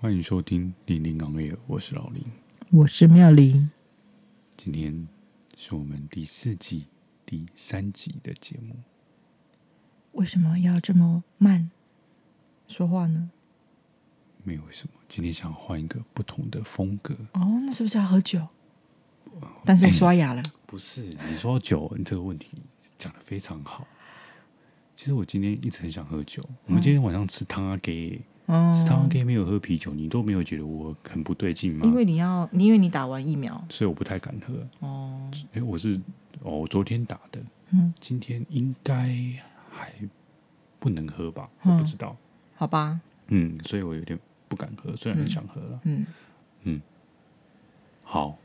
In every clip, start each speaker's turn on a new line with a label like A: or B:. A: 欢迎收听《零零昂 a 我是老林。
B: 我是妙玲，
A: 今天是我们第四季第三集的节目，
B: 为什么要这么慢说话呢？
A: 没有为什么，今天想换一个不同的风格。
B: 哦，那是不是要喝酒？但是我刷牙了，
A: 不是你说到酒，你这个问题讲的非常好。其实我今天一直很想喝酒。我们今天晚上吃汤阿啊给，吃汤阿啊
B: 嗯，
A: 给没有喝啤酒，你都没有觉得我很不对劲吗？
B: 因为你要，你因为你打完疫苗，
A: 所以我不太敢喝。
B: 哦，
A: 哎，我是哦，昨天打的，
B: 嗯，
A: 今天应该还不能喝吧？
B: 嗯
A: 我不知道，
B: 好吧，
A: 嗯，所以我有点不敢喝，虽然很想喝了。
B: 嗯，
A: 好，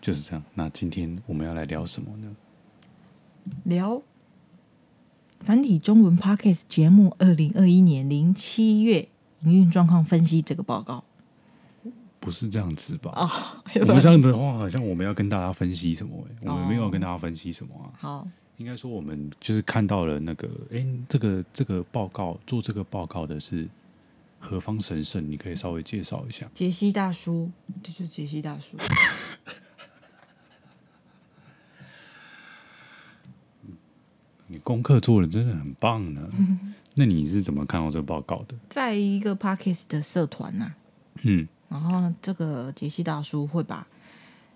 A: 就是这样。那今天我们要来聊什么呢？
B: 聊繁体中文 Podcast 节目二零二一年零七月营运状况分析这个报告
A: 不是这样子吧？
B: 啊，
A: 我们这样子的话，好像我们要跟大家分析什么、欸？我们没有要跟大家分析什么啊。
B: 好，
A: 应该说，我们就是看到了那个，哎、这个这个报告做这个报告的是何方神圣？你可以稍微介绍一下。
B: 杰西大叔，这就是杰西大叔，
A: 你功课做的真的很棒呢。那你是怎么看到这个报告的？
B: 在一个 Podcast 的社团啊呐、
A: 嗯，
B: 然后这个杰西大叔会把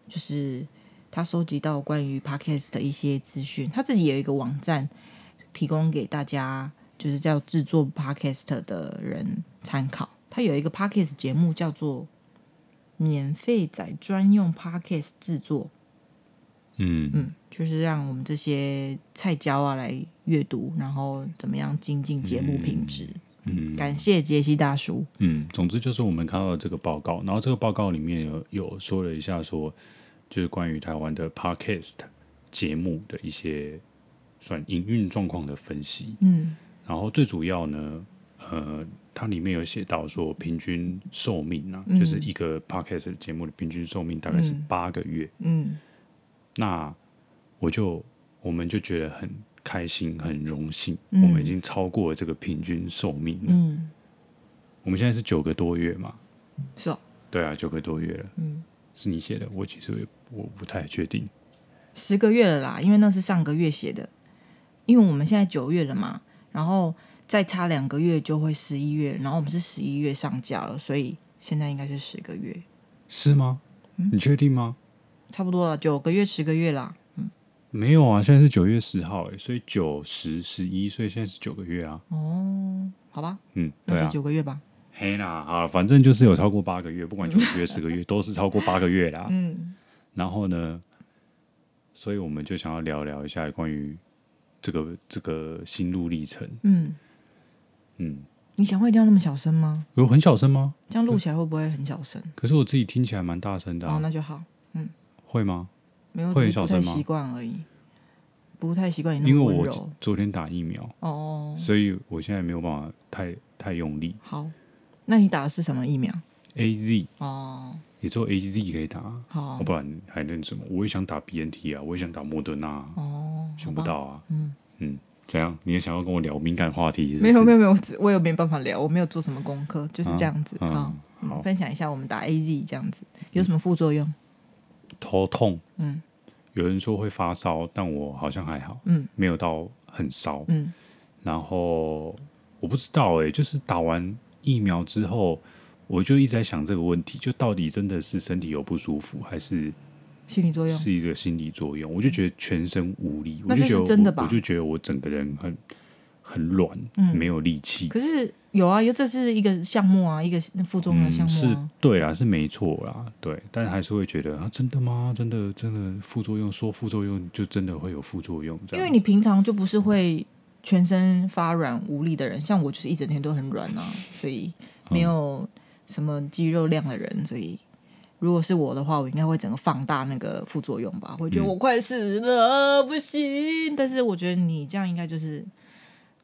B: 就是他收集到关于 Podcast 的一些资讯，他自己有一个网站提供给大家，就是叫制作 Podcast 的人参考。他有一个 Podcast 节目叫做“免费仔专用 Podcast 制作”，
A: 嗯
B: 嗯，就是让我们这些菜椒啊来阅读，然后怎么样精进节目品质。
A: 嗯
B: 感谢杰西大叔，
A: 嗯，总之就是我们看到这个报告，然后这个报告里面有有说了一下说，就是关于台湾的 podcast 节目的一些算营运状况的分析。
B: 嗯
A: 然后最主要呢，呃，它里面有写到说平均寿命啊，
B: 嗯
A: 就是一个 podcast 节目的平均寿命大概是
B: 嗯
A: 八个月。
B: 嗯
A: 那我就我们就觉得很开心，很荣幸，
B: 嗯
A: 我们已经超过了这个平均寿命了。
B: 嗯，
A: 我们现在是九个多月嘛，
B: 是哦，
A: 对啊，九个多月了。
B: 嗯。
A: 是你写的，我其实也我不太确定。
B: 十个月了啦，因为那是上个月写的，因为我们现在九月了嘛，然后再差两个月就会十一月，然后我们是十一月上架了，所以现在应该是十个月，
A: 是吗？
B: 嗯
A: 你确定吗？
B: 差不多了，九个月十个月啦。
A: 没有啊，现在是九月十号，哎，所以九十十一，所以现在是九个月啊。
B: 哦，好吧，
A: 嗯，对
B: 那就
A: 啊，
B: 九个月吧。
A: 嘿啦，啊，反正就是有超过八个月，不管九个月、十个月，都是超过八个月啦。
B: 嗯
A: 然后呢，所以我们就想要聊聊一下关于这个这个心路历程。
B: 嗯，
A: 嗯，
B: 你讲话一定要那么小声吗？
A: 有很小声吗？
B: 这样录起来会不会很小声？
A: 可是我自己听起来蛮大声的、
B: 哦，
A: 啊，
B: 那就好，
A: 会吗？
B: 没有，
A: 会
B: 只
A: 很小
B: 是不
A: 声
B: 太
A: 吗
B: 习惯而已，不太习惯你那
A: 因为
B: 么温
A: 我
B: 柔。
A: 昨天打疫苗，
B: 哦，
A: 所以我现在没有办法太太用力。
B: 好，那你打的是什么疫苗？
A: A Z
B: 哦，
A: 也只有 A Z 可以打啊，
B: 好，
A: 不然还能什么？我也想打 B N T 啊，我也想打莫德纳、啊，
B: 哦，好
A: 选不
B: 吧。
A: 到啊。
B: 嗯
A: 嗯，怎样？你也想要跟我聊敏感话题是不
B: 没
A: 是？
B: 有没
A: 有，
B: 有没有，我只我也没办法聊，我没有做什么功课，就是这样子。
A: 嗯
B: 好、
A: 嗯
B: 嗯
A: 好嗯
B: 分享一下我们打 AZ 这样子有什么副作用？
A: 头痛。
B: 嗯，
A: 有人说会发烧，但我好像还好，
B: 嗯
A: 没有到很烧。
B: 嗯
A: 然后我不知道哎、就是打完疫苗之后，我就一直在想这个问题，就到底真的是身体有不舒服，还是
B: 心理作用。
A: 是一个心理作用，我就觉得全身无力，我
B: 那
A: 就
B: 这
A: 觉
B: 是
A: 得
B: 真的
A: 我
B: 吧
A: 我就觉得我整个人很很软，
B: 嗯
A: 没有力气。
B: 可是有啊，有这是一个项目啊，一个副作用的项
A: 嗯，
B: 目
A: 是
B: 啊。
A: 对啦，是没错啦，对，但还是会觉得啊，真的吗？真的，真的副作用，说副作用就真的会有副作用，这
B: 因
A: 样。
B: 为你平常就不是会
A: 嗯
B: 全身发软无力的人，像我就是一整天都很软啊，所以没有什么肌肉量的人，所以如果是我的话，我应该会整个放大那个副作用吧。我
A: 嗯
B: 觉得我快死了，不行。但是我觉得你这样应该就是，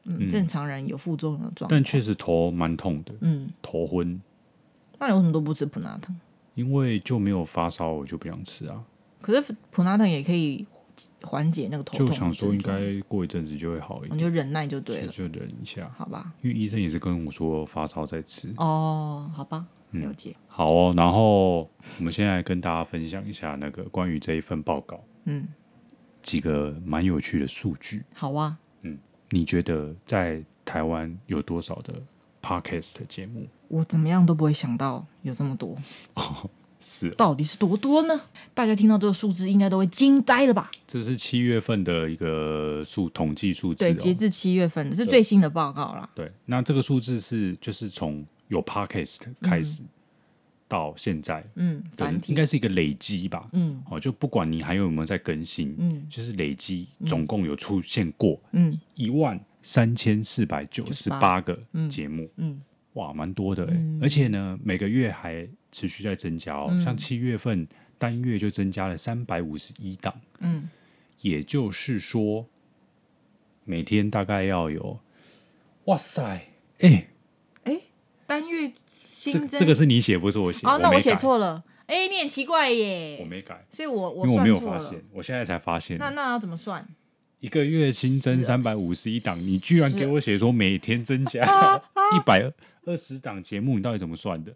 B: 嗯，正常人有副作用的状
A: 但
B: 况。
A: 确实头蛮痛的，
B: 嗯，
A: 头昏，
B: 那你为什么都不吃普拿疼？
A: 因为就没有发烧，我就不想吃啊，
B: 可是普拿疼也可以缓解那个头痛
A: 就
B: 的
A: 想说
B: 症
A: 应
B: 状，
A: 该过一阵子就会好一
B: 我
A: 点，
B: 就忍耐就对
A: 就
B: 了，
A: 就忍一下。
B: 好吧？
A: 因为医生也是跟我说发烧再吃，
B: 哦，好吧，了解。
A: 好哦。然后我们现在跟大家分享一下那个关于这一份报告
B: 嗯，
A: 几个蛮有趣的数据。
B: 好啊。
A: 你觉得在台湾有多少的 podcast 节目？
B: 我怎么样都不会想到有这么多，
A: 是哦、
B: 到底是多多呢？大家听到这个数字应该都会惊呆了吧？
A: 这是哦七月份的一个数统计数字、
B: 对，
A: 哦。
B: 截至七月份是最新的报告啦。
A: 对，那这个数字是就是从有 podcast 开始到现在，
B: 嗯，
A: 对
B: 繁
A: 应
B: 嗯体，
A: 该是一个累积吧。
B: 嗯
A: 哦，就不管你还有没有在更新，
B: 嗯
A: 就是累积总共有出现过
B: 嗯
A: 一万三千四百九十八个节目，
B: 嗯，
A: 哇，蛮多的、欸
B: 嗯
A: 而且呢，每个月还持续在增加哦，
B: 嗯
A: 像七月份单月就增加了三百五十一档，
B: 嗯，
A: 也就是说，每天大概要有，哇塞，哎、
B: 哎、单月新
A: 这
B: 增
A: 个这个是你写，不是我写。
B: 哦，那
A: 没
B: 我写
A: 改，
B: 错了，哎、你很奇怪
A: 我
B: 耶，
A: 没改，
B: 所以我我
A: 因为我
B: 算
A: 没有
B: 错
A: 发
B: 了
A: 现。，我现在才发现。
B: 那那要怎么算？
A: 一个月新
B: 啊
A: 增三百五十一档，你居然给我写说每天增加 一百二十档节目，你到底怎么算的？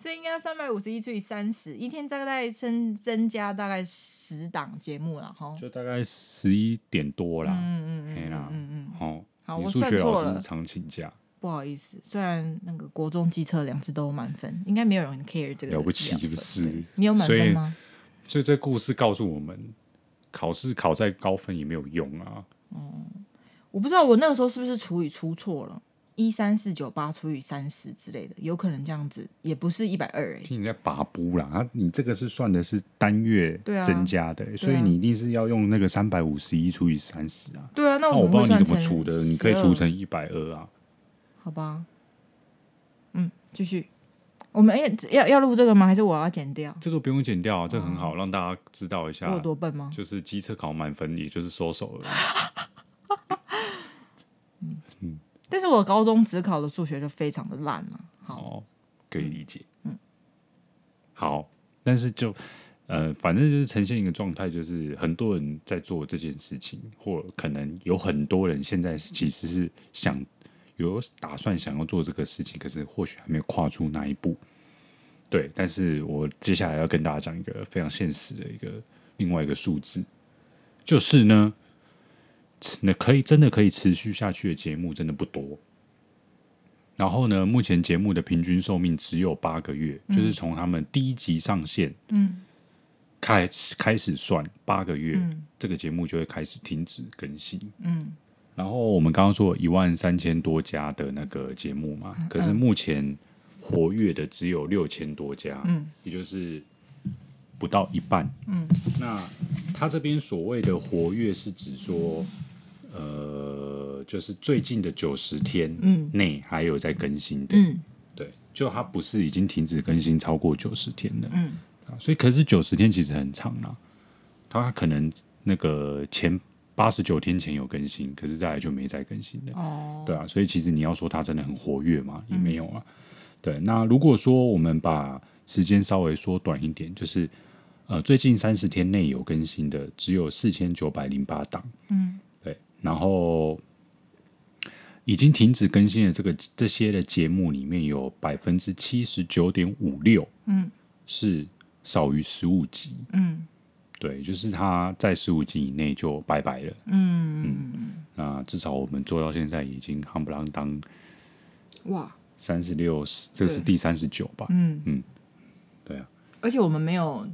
B: 所以应该三百五十一除以三十，一天大概增增加大概十档节目了哈。
A: 就大概十一点多啦。
B: 嗯嗯
A: 嘿
B: 嗯
A: 啦
B: 嗯嗯嗯，
A: 哦，
B: 好
A: 你
B: 我
A: 数
B: 算
A: 学
B: 错
A: 老
B: 了
A: 师常请假，
B: 不好意思，虽然那个国中机测两次都有满分，应该没有人 care 这个
A: 了不起
B: 两
A: 是
B: 分
A: 不是？
B: 你有满
A: 所以
B: 分吗？
A: 所以这故事告诉我们，考试考再高分也没有用啊。
B: 我不知道我那个时候是不是除以出错了，一三四九八除以三十之类的，有可能这样子，也不是一百二哎。
A: 听你在拔布啦，啊，你这个是算的是单月
B: 对啊
A: 增加的欸、所以你一定是要用那个三百五十一除以三十啊。
B: 对啊，那
A: 那
B: 我
A: 我
B: 怎
A: 不
B: 么会
A: 知道
B: 算
A: 你怎
B: 成
A: 么除的，你可以
B: 12
A: 除成一百二啊。
B: 好吧？嗯，继续。我们哎、要要录这个吗？还是我要剪掉？
A: 这个不用剪掉、啊，这个很好，让大家知道一
B: 我
A: 下
B: 有，多笨吗？
A: 就是机车考满分，也就是收手了。
B: 但是我高中只考的数学就非常的烂了、好，
A: 哦，可以理解。嗯，好，但是就呃，反正就是呈现一个状态，就是很多人在做这件事情，或可能有很多人现在是其实是想有打算想要做这个事情，可是或许还没有跨出那一步。对，但是我接下来要跟大家讲一个非常现实的一个另外一个数字，就是呢，持那可以真的可以持续下去的节目真的不多。然后呢，目前节目的平均寿命只有八个月，就是从他们第一集上线
B: 嗯
A: 开始开始算八个月，
B: 嗯
A: 这个节目就会开始停止更新。
B: 嗯
A: 然后我们刚刚说一万三千多家的那个节目嘛，
B: 嗯
A: 可是目前活跃的只有六千多家，
B: 嗯，
A: 也就是不到一半，
B: 嗯。
A: 那他这边所谓的活跃是指说，呃，就是最近的九十天
B: 嗯
A: 内还有在更新的，
B: 嗯
A: 对，就它不是已经停止更新超过九十天了，
B: 嗯
A: 啊，所以可是九十天其实很长啦，它可能那个前八十九天前有更新，可是再来就没再更新了，
B: 哦，嗯
A: 对啊，所以其实你要说它真的很活跃嘛，也没有啊，对，那如果说我们把时间稍微缩短一点，就是呃最近三十天内有更新的只有四千九百零八档，
B: 嗯
A: 对，然后已经停止更新的这个这些的节目里面有百分之七十九点五六
B: 嗯
A: 是少于十五集，
B: 嗯
A: 对，就是它在十五集以内就拜拜了。
B: 嗯，
A: 那至少我们做到现在已经夯不啷当
B: 哇，
A: 三十六，这是
B: 对
A: 第三十九吧？
B: 嗯
A: 嗯，对啊，
B: 而且我们没有，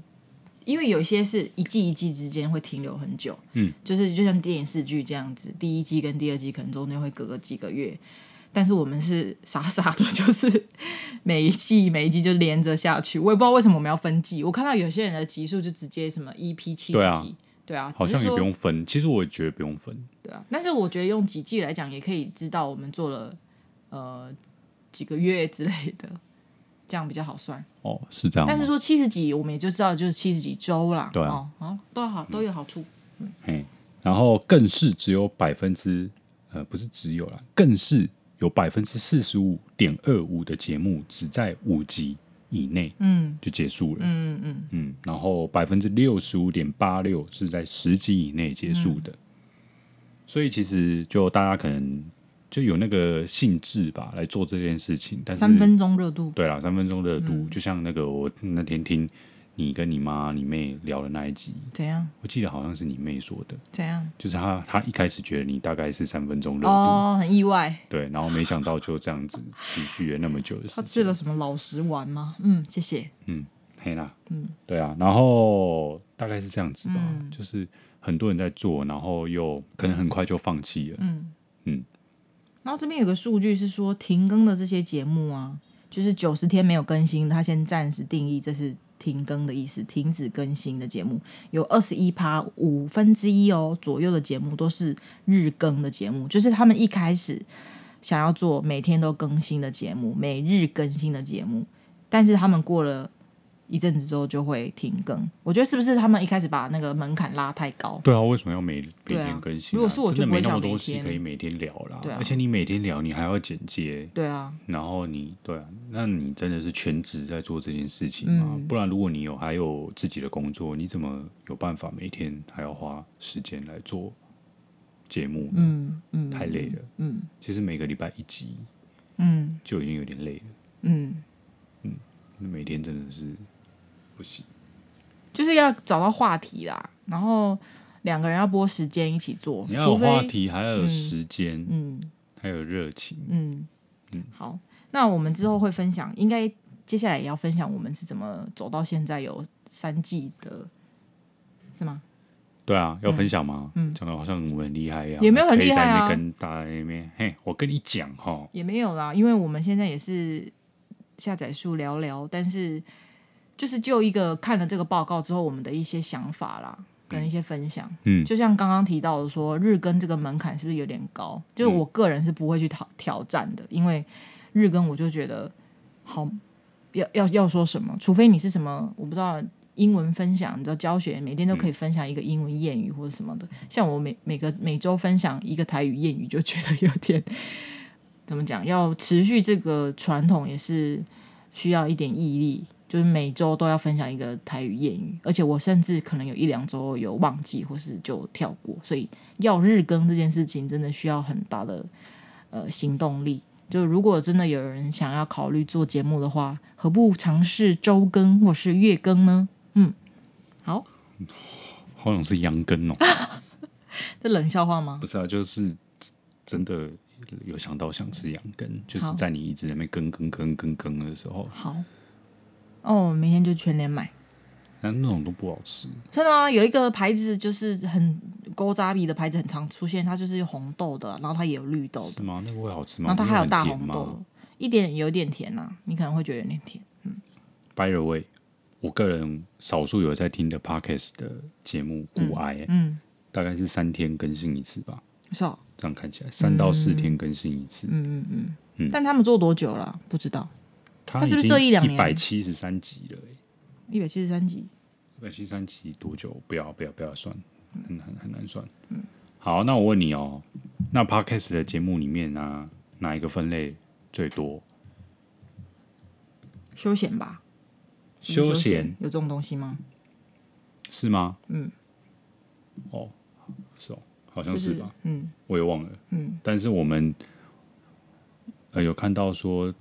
B: 因为有些是一季一季之间会停留很久，
A: 嗯，
B: 就是就像电视剧这样子，第一季跟第二季可能中间会隔个几个月，但是我们是傻傻的，就是 每一季每一季就连着下去，我也不知道为什么我们要分季，我看到有些人的集数就直接什么 EP 七
A: 对
B: 十
A: 啊
B: 集。对啊，
A: 好像
B: 只
A: 也
B: 是说
A: 不用分。其实我也觉得不用分，
B: 对啊，但是我觉得用几季来讲，也可以知道我们做了呃几个月之类的，这这样比较好算。
A: 哦，是这样吗？
B: 但是说七十几，我们也就知道就是七十几周啦。
A: 对啊
B: 哦，好，都好，都有好处。
A: 嘿，然后更是只有百分之呃，不是只有啦，更是有百分之四十五点二五的节目只在五集以内
B: 嗯
A: 就结束了。嗯
B: 嗯嗯，
A: 然后百分之六十五点八六是在十集以内结束
B: 嗯
A: 的。所以其实就大家可能就有那个兴致吧，来做这件事情，但是
B: 三分钟热嗯度。
A: 对啦，三分钟热度，就像那个我那天听你跟你妈、你妹聊的那一集，
B: 怎样？
A: 我记得好像是你妹说的，
B: 怎样？
A: 就是他他一开始觉得你大概是三分钟热度，
B: 哦，很意外。
A: 对，然后没想到就这样子持续了那么久的时
B: 他
A: 间，
B: 吃了什么老食丸吗？嗯，谢谢。
A: 嗯，黑啦，
B: 嗯，
A: 对啊，然后大概是这样子吧，
B: 嗯
A: 就是很多人在做，然后又可能很快就放弃了，
B: 嗯
A: 嗯，
B: 然后这边有个数据是说，停更的这些节目啊，就是九十天没有更新，它先暂时定义这是停更的意思，停止更新的节目有二十一趴五分之一哦左右的节目都是日更的节目，就是他们一开始想要做每天都更新的节目，每日更新的节目，但是他们过了。一阵子之后就会停更，我觉得是不是他们一开始把那个门槛拉太高？
A: 对啊，为什么要每每
B: 对啊
A: 天更新啊、
B: 如果是我就
A: 真的没
B: 不会
A: 那么
B: 想每
A: 多戏
B: 天
A: 可以每天聊啦，
B: 对啊
A: 而且你每天聊，你还要剪接，
B: 对啊，
A: 然后你对啊，那你真的是全职在做这件事情吗？
B: 嗯
A: 不然如果你有还有自己的工作，你怎么有办法每天还要花时间来做节目？
B: 嗯嗯，
A: 太累了。
B: 嗯
A: 其实每个礼拜一集
B: 嗯
A: 就已经有点累了，
B: 嗯，
A: 那每天真的是不行。
B: 就是要找到话题啦，然后两个人要拨时间一起做，
A: 你要有
B: 哦除非
A: 话，题，还要有时间，
B: 嗯
A: 还有热情。
B: 嗯
A: 嗯
B: 好，那我们之后会分享，应该接下来也要分享我们是怎么走到现在有三季的，是吗？
A: 对啊，要分享吗？
B: 嗯
A: 讲的好像我们很厉害一样，
B: 也没有很厉害
A: 可以
B: 啊
A: 在那边跟大家那边，嘿，我跟你讲哈，
B: 也没有啦，因为我们现在也是下载数寥寥，但是就是就一个看了这个报告之后，我们的一些想法啦，跟一些分享。
A: 嗯
B: 就像刚刚提到的说，日更这个门槛是不是有点高？就是我个人是不会去挑挑战的，因为日更我就觉得好要要要说什么，除非你是什么我不知道英文分享，你知道教学每天都可以分享一个英文谚语或者什么的，像我每每个每周分享一个台语谚语，就觉得有点 怎么讲，要持续这个传统也是需要一点毅力。就是每周都要分享一个台语谚语，而且我甚至可能有一两周有忘记，或是就跳过，所以要日更这件事情真的需要很大的呃行动力。就如果真的有人想要考虑做节目的话，何不尝试周更或是月更呢？嗯，好，
A: 好像是羊羹 哦。
B: 这冷笑话吗
A: 不？是啊，就是真的有想到想吃羊羹，就是
B: 好
A: 在你一直在那边羹羹羹羹羹的时候，
B: 好，哦，明天就全联买。
A: 那那种都不好吃。
B: 真的啊，有一个牌子就是很勾扎比的牌子，很常出现，它就是有红豆的，然后它也有绿豆的
A: 是，吗？那个会好吃吗？
B: 然后它还有
A: 不是
B: 大
A: 很甜
B: 红
A: 吗
B: 豆，一点有点甜呐、啊你可能会觉得有点甜。
A: By the way，我个人少数有在听的 Podcast 的节目《骨癌》
B: 嗯，
A: 大概是三天更新一次吧，
B: 是哦，
A: 这样看起来三到四天更新一次。
B: 嗯嗯嗯，
A: 嗯
B: 但他们做多久了啊？不知道，
A: 它
B: 它
A: 已
B: 是不
A: 经
B: 是这一两年
A: 百七十三集了、欸，
B: 一百七十三集。
A: 一百七十三集多久？不要不要不要算，很很很难算。好，那我问你哦，那 podcast 的节目里面呢、哪一个分类最多？
B: 休闲吧，是不
A: 休
B: 是
A: 闲
B: 有这种东西吗？
A: 是吗？
B: 嗯，
A: 哦，是哦，好像
B: 就是是
A: 吧，
B: 嗯
A: 我也忘了。
B: 嗯，
A: 但是我们呃有看到说，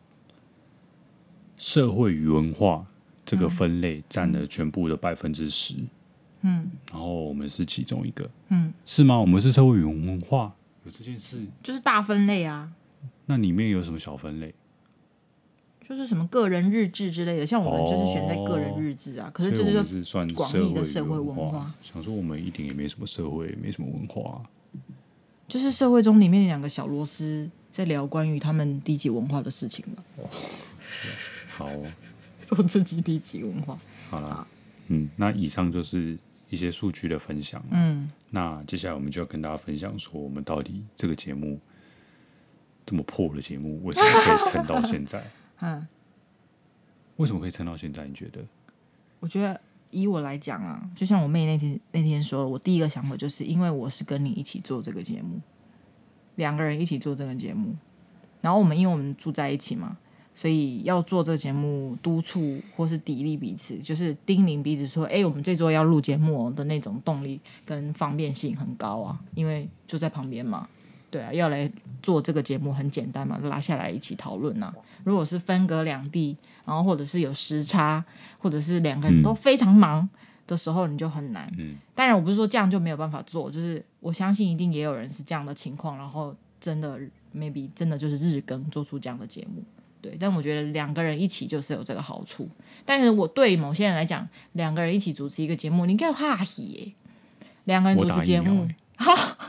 A: 社会与文化这个分类占了全部的百分之十，
B: 嗯
A: 然后我们是其中一个，
B: 嗯，
A: 是吗？我们是社会与文化有这件事，
B: 就是大分类啊，
A: 那里面有什么小分类？
B: 就是什么个人日志之类的，像我们就是选在个人日志啊，可是这
A: 哦所以我
B: 就
A: 们是算
B: 广
A: 社
B: 义的社
A: 与
B: 会
A: 文
B: 文化
A: 想说我们一点也没什么社会，也没什么文化啊、
B: 就是社会中里面两个小螺丝在聊关于他们低级文化的事情了，
A: 好哦、
B: 说自己低级文化，
A: 好啦，嗯，那以上就是一些数据的分享啊。
B: 嗯
A: 那接下来我们就要跟大家分享说，我们到底这个节目 这么破的节目，为什么可以撑到现在？
B: 嗯
A: 为什么可以撑到现在？你觉得？
B: 我觉得以我来讲啊，就像我妹那天那天说了，我第一个想法就是因为我是跟你一起做这个节目，两个人一起做这个节目，然后我们因为我们住在一起嘛，所以要做这个节目，督促或是砥砺彼此，就是叮咛彼此说，哎、我们这周要录节目、哦、的那种动力跟方便性很高啊，因为就在旁边嘛。对啊，要来做这个节目很简单嘛，拉下来一起讨论呐、如果是分隔两地，然后或者是有时差，或者是两个人都非常忙的时候，你就很难。
A: 嗯
B: 当然，我不是说这样就没有办法做，就是我相信一定也有人是这样的情况，然后真的 maybe 真的就是日更做出这样的节目。对，但我觉得两个人一起就是有这个好处。但是我对某些人来讲，两个人一起主持一个节目，你应该有哈喜耶。两个人主持节目
A: 我打疫苗欸，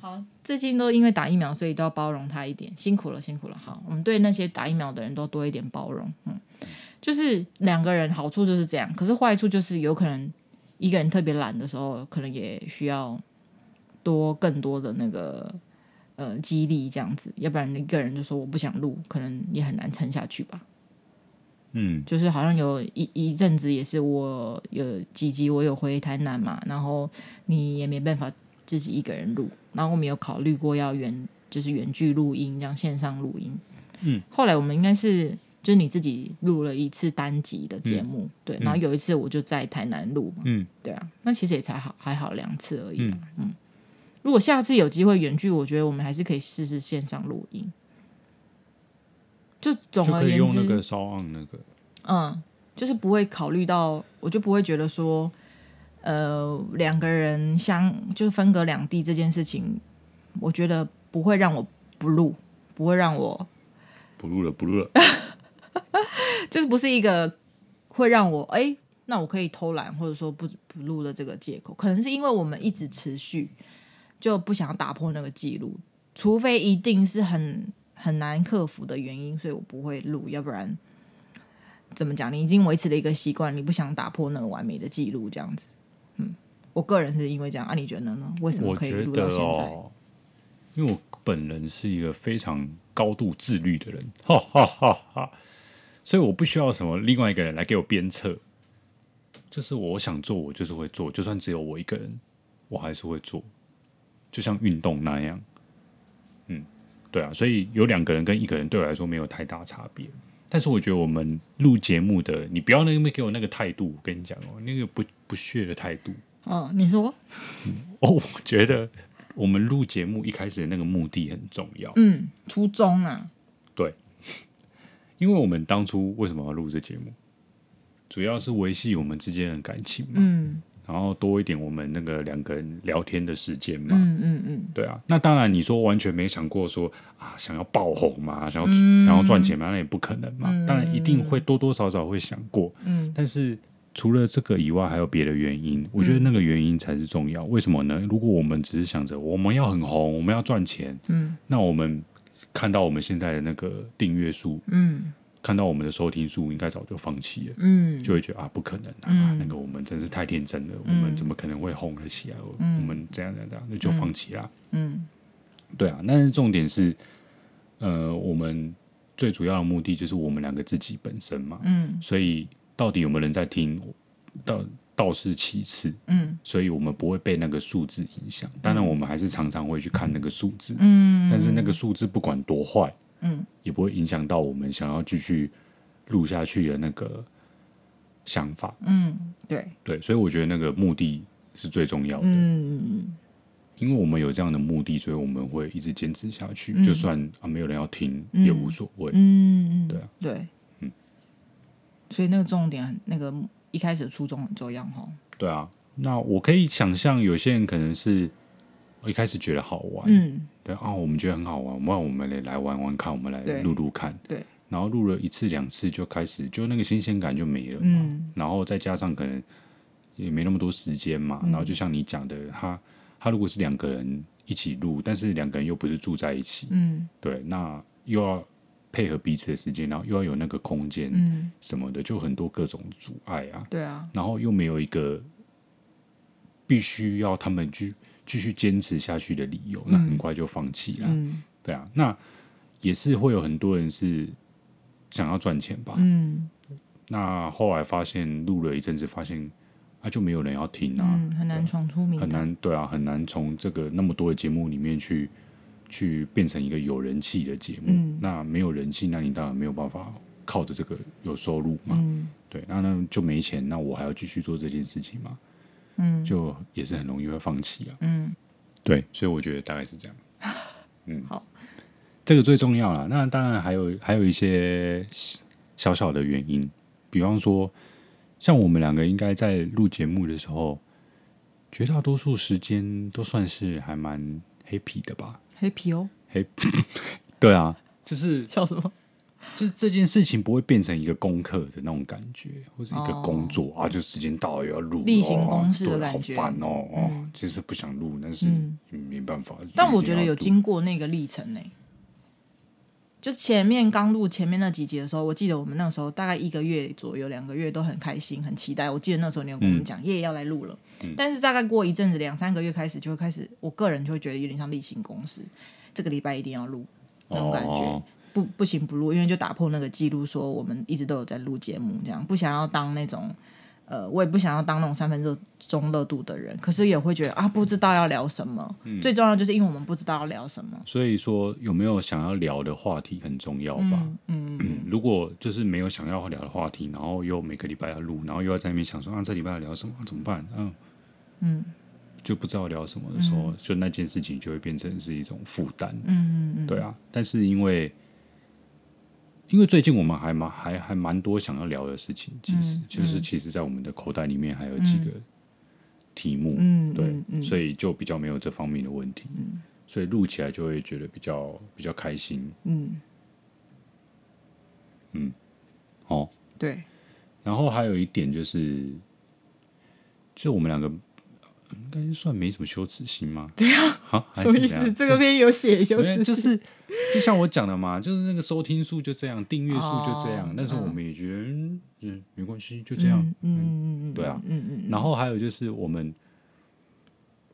B: 好，最近都因为打疫苗，所以都要包容他一点，辛苦了，辛苦了。好，我们对那些打疫苗的人都多一点包容。嗯，就是两个人好处就是这样，可是坏处就是有可能一个人特别懒的时候，可能也需要多更多的那个呃激励，这样子，要不然一个人就说我不想录，可能也很难撑下去吧。
A: 嗯
B: 就是好像有一一阵子也是我有几集我有回台南嘛，然后你也没办法自己一个人录，然后我们有考虑过要远就是远距录音这样线上录音，
A: 嗯，
B: 后来我们应该是就是你自己录了一次单集的节目，对，然后有一次我就在台南录嘛，
A: 嗯，
B: 对啊，那其实也才好还好两次而已啦，嗯如果下次有机会远距，我觉得我们还是可以试试线上录音。就
A: 就
B: 总而
A: 可以
B: 言
A: 用
B: 之，
A: 那个烧昂那个，
B: 嗯，就是不会考虑到，我就不会觉得说，呃，两个人相就是分隔两地这件事情，我觉得不会让我不录，不会让我
A: 不录了，不录了。
B: 就是不是一个会让我哎、诶那我可以偷懒或者说不不录的这个借口，可能是因为我们一直持续就不想打破那个记录，除非一定是很很难克服的原因，所以我不会录，要不然怎么讲？你已经维持了一个习惯，你不想打破那个完美的记录，这样子，嗯，我个人是因为这样，啊，你觉得呢？为什么
A: 我
B: 可以
A: 觉
B: 录
A: 得
B: 到现在？
A: 哦，因为我本人是一个非常高度自律的人，哈哈哈哈，所以我不需要什么另外一个人来给我鞭策，就是我想做，我就是会做，就算只有我一个人，我还是会做，就像运动那样，嗯，对啊，所以有两个人跟一个人对我来说没有太大差别。但是我觉得我们录节目的，你不要那边给我那个态度，我跟你讲哦，那个不不屑的态度，
B: 嗯，你说，
A: 哦，我觉得我们录节目一开始的那个目的很重要，
B: 嗯，初衷啊，
A: 因为我们当初为什么要录这节目，主要是维系我们之间的感情嘛，
B: 嗯
A: 然后多一点我们那个两个人聊天的时间嘛。
B: 嗯嗯嗯，
A: 对啊，那当然，你说完全没想过说啊，想要爆红嘛，想要、
B: 嗯
A: 想要赚钱嘛，那也不可能嘛。
B: 嗯
A: 当然，一定会多多少少会想过，
B: 嗯
A: 但是除了这个以外，还有别的原因。我
B: 嗯
A: 觉得那个原因才是重要。为什么呢？如果我们只是想着我们要很红，我们要赚钱，
B: 嗯
A: 那我们看到我们现在的那个订阅数，
B: 嗯
A: 看到我们的收听数，应该早就放弃了，
B: 嗯，
A: 就会觉得啊，不可能啊，
B: 嗯
A: 啊那个我们真是太天真了，我们怎么可能会红了起来？我
B: 嗯
A: 我们怎样怎样怎样，那就放弃啦。
B: 嗯
A: 对啊，但是重点是，呃，我们最主要的目的就是我们两个自己本身嘛，
B: 嗯
A: 所以到底有没有人在听，倒倒是其次。
B: 嗯
A: 所以我们不会被那个数字影响，当然我们还是常常会去看那个数字，
B: 嗯，
A: 但是那个数字不管多坏，
B: 嗯
A: 也不会影响到我们想要继续录下去的那个想法。
B: 嗯，对，
A: 对，所以我觉得那个目的是最重要的，
B: 嗯
A: 因为我们有这样的目的，所以我们会一直坚持下去，
B: 嗯
A: 就算啊没有人要听、
B: 嗯
A: 也无所谓。
B: 嗯，
A: 对啊，
B: 对，
A: 嗯，
B: 所以那个重点很，那个一开始的初衷很重要哈，
A: 对啊，那我可以想象有些人可能是一开始觉得好玩，
B: 嗯
A: 对啊，我们觉得很好玩，那我们来来玩玩看，我们来
B: 对
A: 录录看，
B: 对，
A: 然后录了一次两次就开始，就那个新鲜感就没了嘛。
B: 嗯
A: 然后再加上可能也没那么多时间嘛，
B: 嗯
A: 然后就像你讲的，他他如果是两个人一起录，但是两个人又不是住在一起，
B: 嗯
A: 对，那又要配合彼此的时间，然后又要有那个空间
B: 嗯，
A: 什么的，就很多各种阻碍啊，
B: 对啊，
A: 然后又没有一个必须要他们去继续坚持下去的理由，那很快就放弃了。
B: 嗯
A: 对啊，那也是会有很多人是想要赚钱吧。
B: 嗯
A: 那后来发现录了一阵子，发现啊就没有人要听啊，
B: 嗯，很难闯出名
A: 很
B: 堂。
A: 难对啊，很难从这个那么多的节目里面去去变成一个有人气的节目。
B: 嗯
A: 那没有人气，那你当然没有办法靠着这个有收入嘛。
B: 嗯
A: 对，那那就没钱，那我还要继续做这件事情嘛，
B: 嗯
A: 就也是很容易会放弃啊。
B: 嗯
A: 对，所以我觉得大概是这 样。嗯，
B: 好，
A: 这个最重要了。那当然还有还有一些小小的原因，比方说，像我们两个应该在录节目的时候，绝大多数时间都算是还蛮 happy 的吧
B: ，happy 哦，
A: ？happy，对啊，就是
B: 笑什么？
A: 就是这件事情不会变成一个功课的那种感觉，或者一个
B: 哦
A: 工作、啊，就时间到了又要录，
B: 例行
A: 哦
B: 公事的
A: 对
B: 感觉
A: 好烦哦。哦
B: 嗯
A: 其实不想录，但是
B: 嗯
A: 没办法。
B: 但
A: 就
B: 我
A: 一定
B: 觉得
A: 要
B: 有
A: 录
B: 经过那个历程呢、就前面刚录前面那几集的时候，我记得我们那时候大概一个月左右、两个月都很开心、很期待。我记得那时候你有跟我们讲，耶、要来录了。但是大概过一阵子，两三个月开始就会开始，我个人就会觉得有点像例行公事，这个礼拜一定要录那种感觉。
A: 哦
B: 不不行不录，因为就打破那个记录，说我们一直都有在录节目，这样不想要当那种，呃，我也不想要当那种三分热钟热度的人，可是也会觉得啊，不知道要聊什么。
A: 嗯
B: 最重要就是因为我们不知道要聊什么。
A: 所以说，有没有想要聊的话题很重要吧？
B: 嗯嗯
A: 嗯如果就是没有想要聊的话题，然后又每个礼拜要录，然后又要在那边想说啊，这礼拜要聊什么、啊怎么办？嗯，
B: 嗯
A: 就不知道聊什么的时候，就那件事情就会变成是一种负担。
B: 嗯嗯
A: 对啊，但是因为因为最近我们还蛮还还蛮多想要聊的事情，其实、
B: 嗯
A: 就是其实，在我们的口袋里面还有几个题目，
B: 嗯
A: 对，
B: 嗯嗯
A: 所以就比较没有这方面的问题，所以录起来就会觉得比较比较开心
B: 嗯，
A: 哦。
B: 对，
A: 然后还有一点就是，就我们两个呃应该算没什么羞耻心吗？对啊，啊，还
B: 什么
A: 是
B: 意
A: 怎样
B: 思？？这个边有写
A: 因
B: 修
A: 为
B: 辞，
A: 就是就像我讲的嘛，就是那个收听数就这样，订阅数就这样，
B: 哦
A: 但是我们也觉得嗯嗯没关系，就这样。
B: 嗯嗯嗯，
A: 对啊
B: 嗯嗯
A: 然后还有就是我们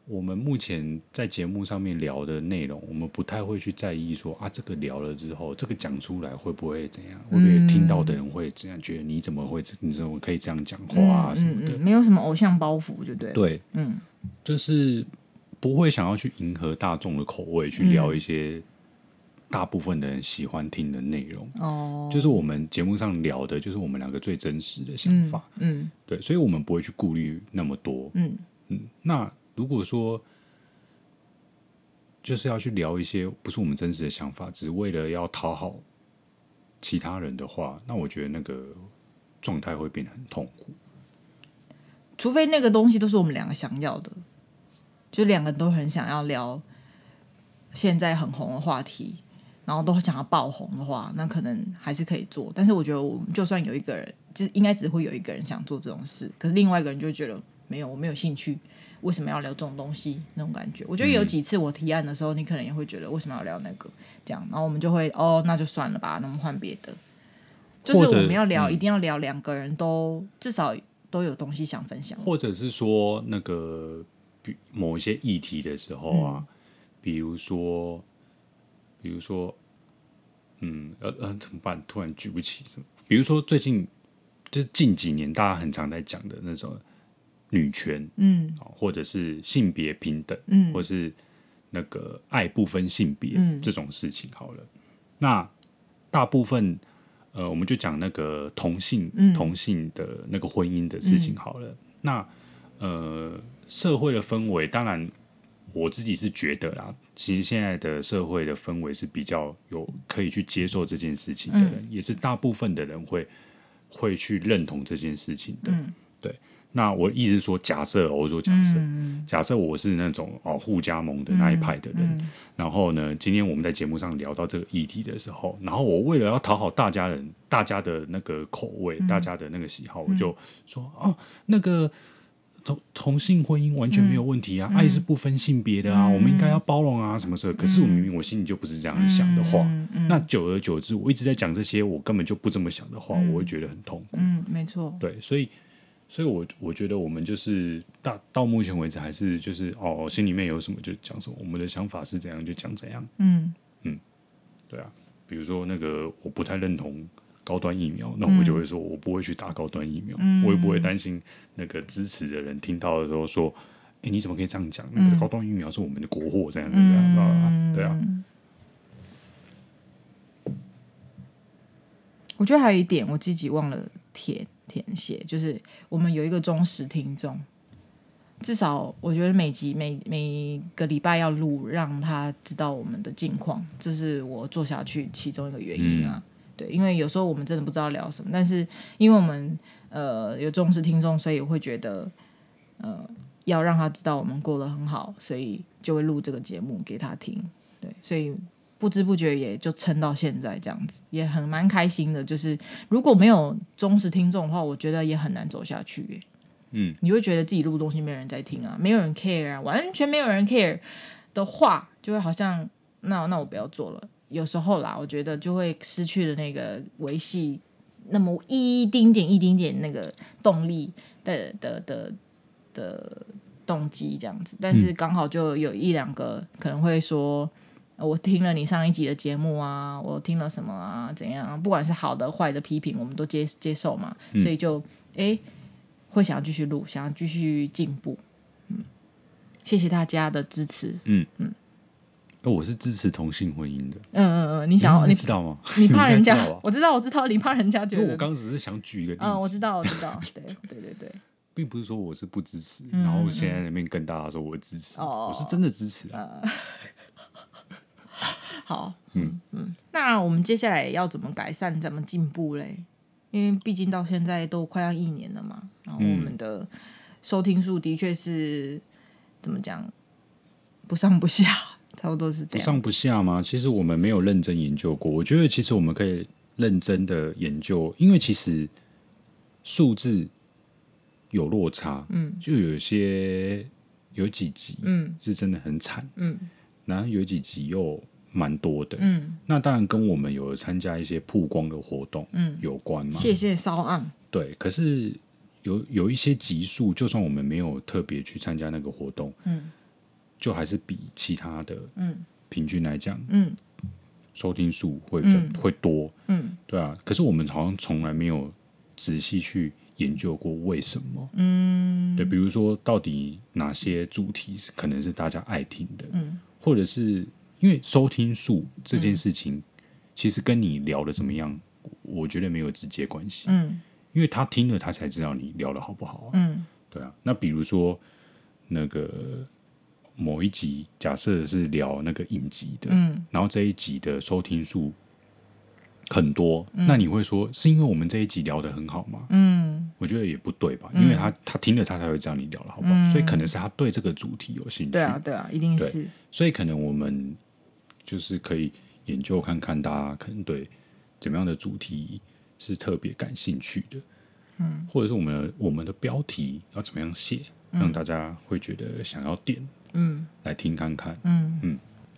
A: 我们目前在节目上面聊的内容，我们不太会去在意说啊，这个聊了之后，这个讲出来会不会怎样，会不会听到的人会怎样觉得你怎么会你怎么可以这样讲话啊
B: 嗯
A: 什么
B: 嗯
A: 的？
B: 嗯，没有什么偶像包袱，就对了，
A: 对，
B: 嗯
A: 就是不会想要去迎合大众的口味，去聊
B: 嗯
A: 一些大部分的人喜欢听的内容。
B: 哦，
A: 就是我们节目上聊的，就是我们两个最真实的想法，
B: 嗯
A: 对，所以我们不会去顾虑那么多。
B: 嗯
A: 嗯，那如果说就是要去聊一些不是我们真实的想法，只为了要讨好其他人的话，那我觉得那个状态会变得很痛苦。
B: 除非那个东西都是我们两个想要的，就两个都很想要聊现在很红的话题，然后都很想要爆红的话，那可能还是可以做。但是我觉得，我们就算有一个人，就应该只会有一个人想做这种事，可是另外一个人就觉得没有，我没有兴趣，为什么要聊这种东西？那种感觉，我觉得有几次我提案的时候，你可能也会觉得为什么要聊那个这样，然后我们就会哦，那就算了吧，那我们换别的。就是
A: 或者嗯
B: 我们要聊，一定要聊两个人都至少都有东西想分享。
A: 或者是说那个比某一些议题的时候啊，比如说，比如说，嗯，呃呃，怎么办？突然举不起什么？比如说最近就是近几年大家很常在讲的那种女权
B: 嗯
A: 啊，或者是性别平等，
B: 嗯
A: 或是那个爱不分性别、
B: 嗯
A: 这种事情，好了，那大部分呃，我们就讲那个同性、
B: 嗯
A: 同性的那个婚姻的事情好了。那呃，社会的氛围，当然我自己是觉得啦，其实现在的社会的氛围是比较有可以去接受这件事情的人，
B: 嗯
A: 也是大部分的人会会去认同这件事情的。
B: 嗯
A: 对，那我意思是说，假设哦我是说假设，
B: 嗯
A: 假设我是那种哦互加盟的那一派的人，
B: 嗯
A: 然后呢，今天我们在节目上聊到这个议题的时候，然后我为了要讨好大家人、大家的那个口味、
B: 嗯
A: 大家的那个喜好，我就说哦，那个同同性婚姻完全没有
B: 嗯
A: 问题啊，爱是不分性别的啊，我们应该要包容啊，什么什么。可是我明明我心里就不是这样想的话，
B: 嗯嗯
A: 那久而久之，我一直在讲这些我根本就不这么想的话，我会觉得很痛苦。
B: 嗯，没错，
A: 对，所以，所以我我觉得我们就是到到目前为止还是就是哦，心里面有什么就讲什么，我们的想法是怎样就讲怎样，
B: 嗯
A: 对啊。比如说那个我不太认同高端疫苗，那我就会说
B: 嗯
A: 我不会去打高端疫苗，我也不会担心那个支持的人听到的时候说，哎、你怎么可以这样讲？那
B: 嗯
A: 个高端疫苗是我们的国货，这样这样，啊、对啊，
B: 我觉得还有一点我自己忘了填填写，就是我们有一个忠实听众，至少我觉得每集每每个礼拜要录，让他知道我们的近况，这是我做下去其中一个原因啊。对，因为有时候我们真的不知道聊什么，但是因为我们呃有重视听众，所以我会觉得呃要让他知道我们过得很好，所以就会录这个节目给他听。对，所以不知不觉也就撑到现在这样子，也很蛮开心的。就是如果没有忠实听众的话，我觉得也很难走下去耶。
A: 嗯，
B: 你会觉得自己录东西没有人在听啊，没有人 care 啊，完全没有人 care 的话，就会好像那那我不要做了。有时候啦，我觉得就会失去了那个维系那么一丁点一丁点那个动力的的的的动机这样子。但是刚好就有一两个可能会说。呃我听了你上一集的节目啊，我听了什么啊，怎样、啊？不管是好的坏的批评，我们都接接受嘛，所以就诶会想要继续录，想要继续进步。嗯，谢谢大家的支持。
A: 那我是支持同性婚姻的，
B: 嗯嗯嗯，你想要
A: 你
B: 你
A: 知道吗？
B: 你怕人家
A: 你应该知道吧，
B: 我知道我知道，你怕人家觉
A: 因为 我
B: 得，
A: 刚只是想举一个例子，
B: 嗯，我知道我知道，对对对对，
A: 并不是说我是不支持，然后现在那边跟大家说我支持，
B: 嗯哦嗯
A: 我是真的支持啊。
B: 好，
A: 嗯
B: 嗯，那我们接下来要怎么改善，怎么进步嘞？因为毕竟到现在都快要一年了嘛，然后我
A: 嗯
B: 们的收听数的确是怎么讲，不上不下，差不多是这
A: 不
B: 样，
A: 上不下吗？其实我们没有认真研究过。我觉得其实我们可以认真的研究，因为其实数字有落差，
B: 嗯，
A: 就有些有几集
B: 嗯
A: 是真的很惨，
B: 嗯
A: 然后有几集又蛮多的。
B: 嗯
A: 那当然跟我们有参加一些曝光的活动
B: 嗯，
A: 有关嘛。
B: 谢谢骚昂，
A: 对，可是有有一些集数，就算我们没有特别去参加那个活动，
B: 嗯
A: 就还是比其他的
B: 嗯
A: 平均来讲，
B: 嗯
A: 收听数会比较、
B: 嗯
A: 会多。
B: 嗯
A: 对啊，可是我们好像从来没有仔细去研究过为什么。
B: 嗯
A: 对，比如说到底哪些主题是可能是大家爱听的，
B: 嗯
A: 或者是因为收听数这件事情，其实跟你聊的怎么样，我觉得没有直接关系，
B: 嗯
A: 因为他听了他才知道你聊的好不好啊。
B: 嗯
A: 对啊，那比如说那个某一集，假设是聊那个影集的，
B: 嗯
A: 然后这一集的收听数很多，那你会说是因为我们这一集聊得很好吗？
B: 嗯
A: 我觉得也不对吧，因为他他听了他才会知道你聊了好不好，所以可能是他对这个主题有兴趣，
B: 嗯对啊对啊，一定
A: 对
B: 是，
A: 所以可能我们就是可以研究看看大家可能对怎么样的主题是特别感兴趣的，嗯，或者是我们的我们的标题要怎么样写，让大家会觉得想要点
B: 嗯。
A: 来听看看，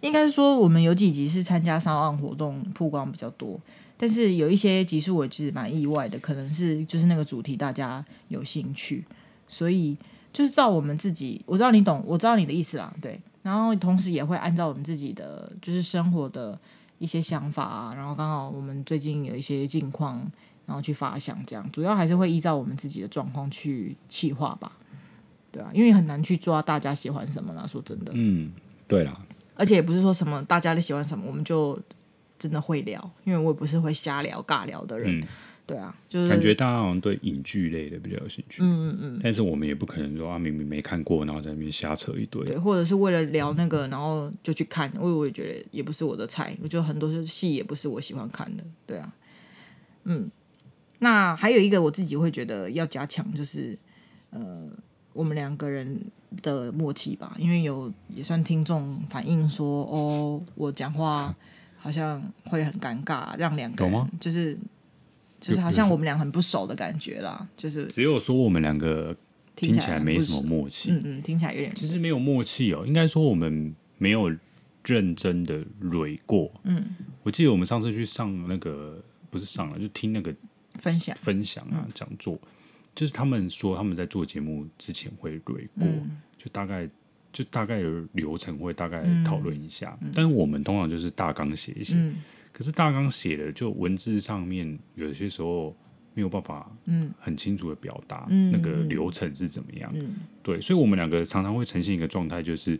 B: 应该是说我们有几集是参加上岸活动曝光比较多，但是有一些集数我其实蛮意外的，可能是就是那个主题大家有兴趣，所以就是照我们自己，我知道你懂，我知道你的意思啦，对。然后同时也会按照我们自己的就是生活的一些想法啊，然后刚好我们最近有一些近况，然后去发想这样，主要还是会依照我们自己的状况去企划吧，对啊，因为很难去抓大家喜欢什么啦，说真的，
A: 嗯，对啦，
B: 而且也不是说什么大家都喜欢什么，我们就真的会聊，因为我也不是会瞎聊尬聊的人。
A: 嗯
B: 对啊，就是
A: 感觉大家好像对影剧类的比较有兴趣，嗯嗯嗯，但是我们也不可能说啊，明明没看过，然后在那边瞎扯一堆，
B: 对，或者是为了聊那个，然后就去看，因为我也觉得也不是我的菜，我觉得很多戏也不是我喜欢看的，对啊，嗯，那还有一个我自己会觉得要加强，就是呃，我们两个人的默契吧，因为有也算听众反映说，哦，我讲话好像会很尴尬，让两个
A: 有吗
B: 人就是就是
A: 有
B: 好
A: 有
B: 像
A: 什
B: 我们俩很不熟的感觉啦，就是
A: 只有说我们两个听起来
B: 很
A: 没
B: 不
A: 什么
B: 熟，
A: 默契，
B: 嗯嗯，听起来有点
A: 其实没有默契哦，应该说我们没有认真的蕊过。嗯，我记得我们上次去上那个不是上了，就听那个
B: 分享，
A: 分享啊
B: 嗯
A: 讲、座，就是他们说他们在做节目之前会蕊过，
B: 嗯
A: 就大概就大概的流程会大概讨论一下，但是我们通常就是大纲写一写，
B: 嗯
A: 可是大纲写的就文字上面有些时候没有办法
B: 嗯
A: 很清楚的表达
B: 嗯
A: 那个
B: 嗯
A: 流程是怎么样。
B: 嗯
A: 对，所以我们两个常常会呈现一个状态，就是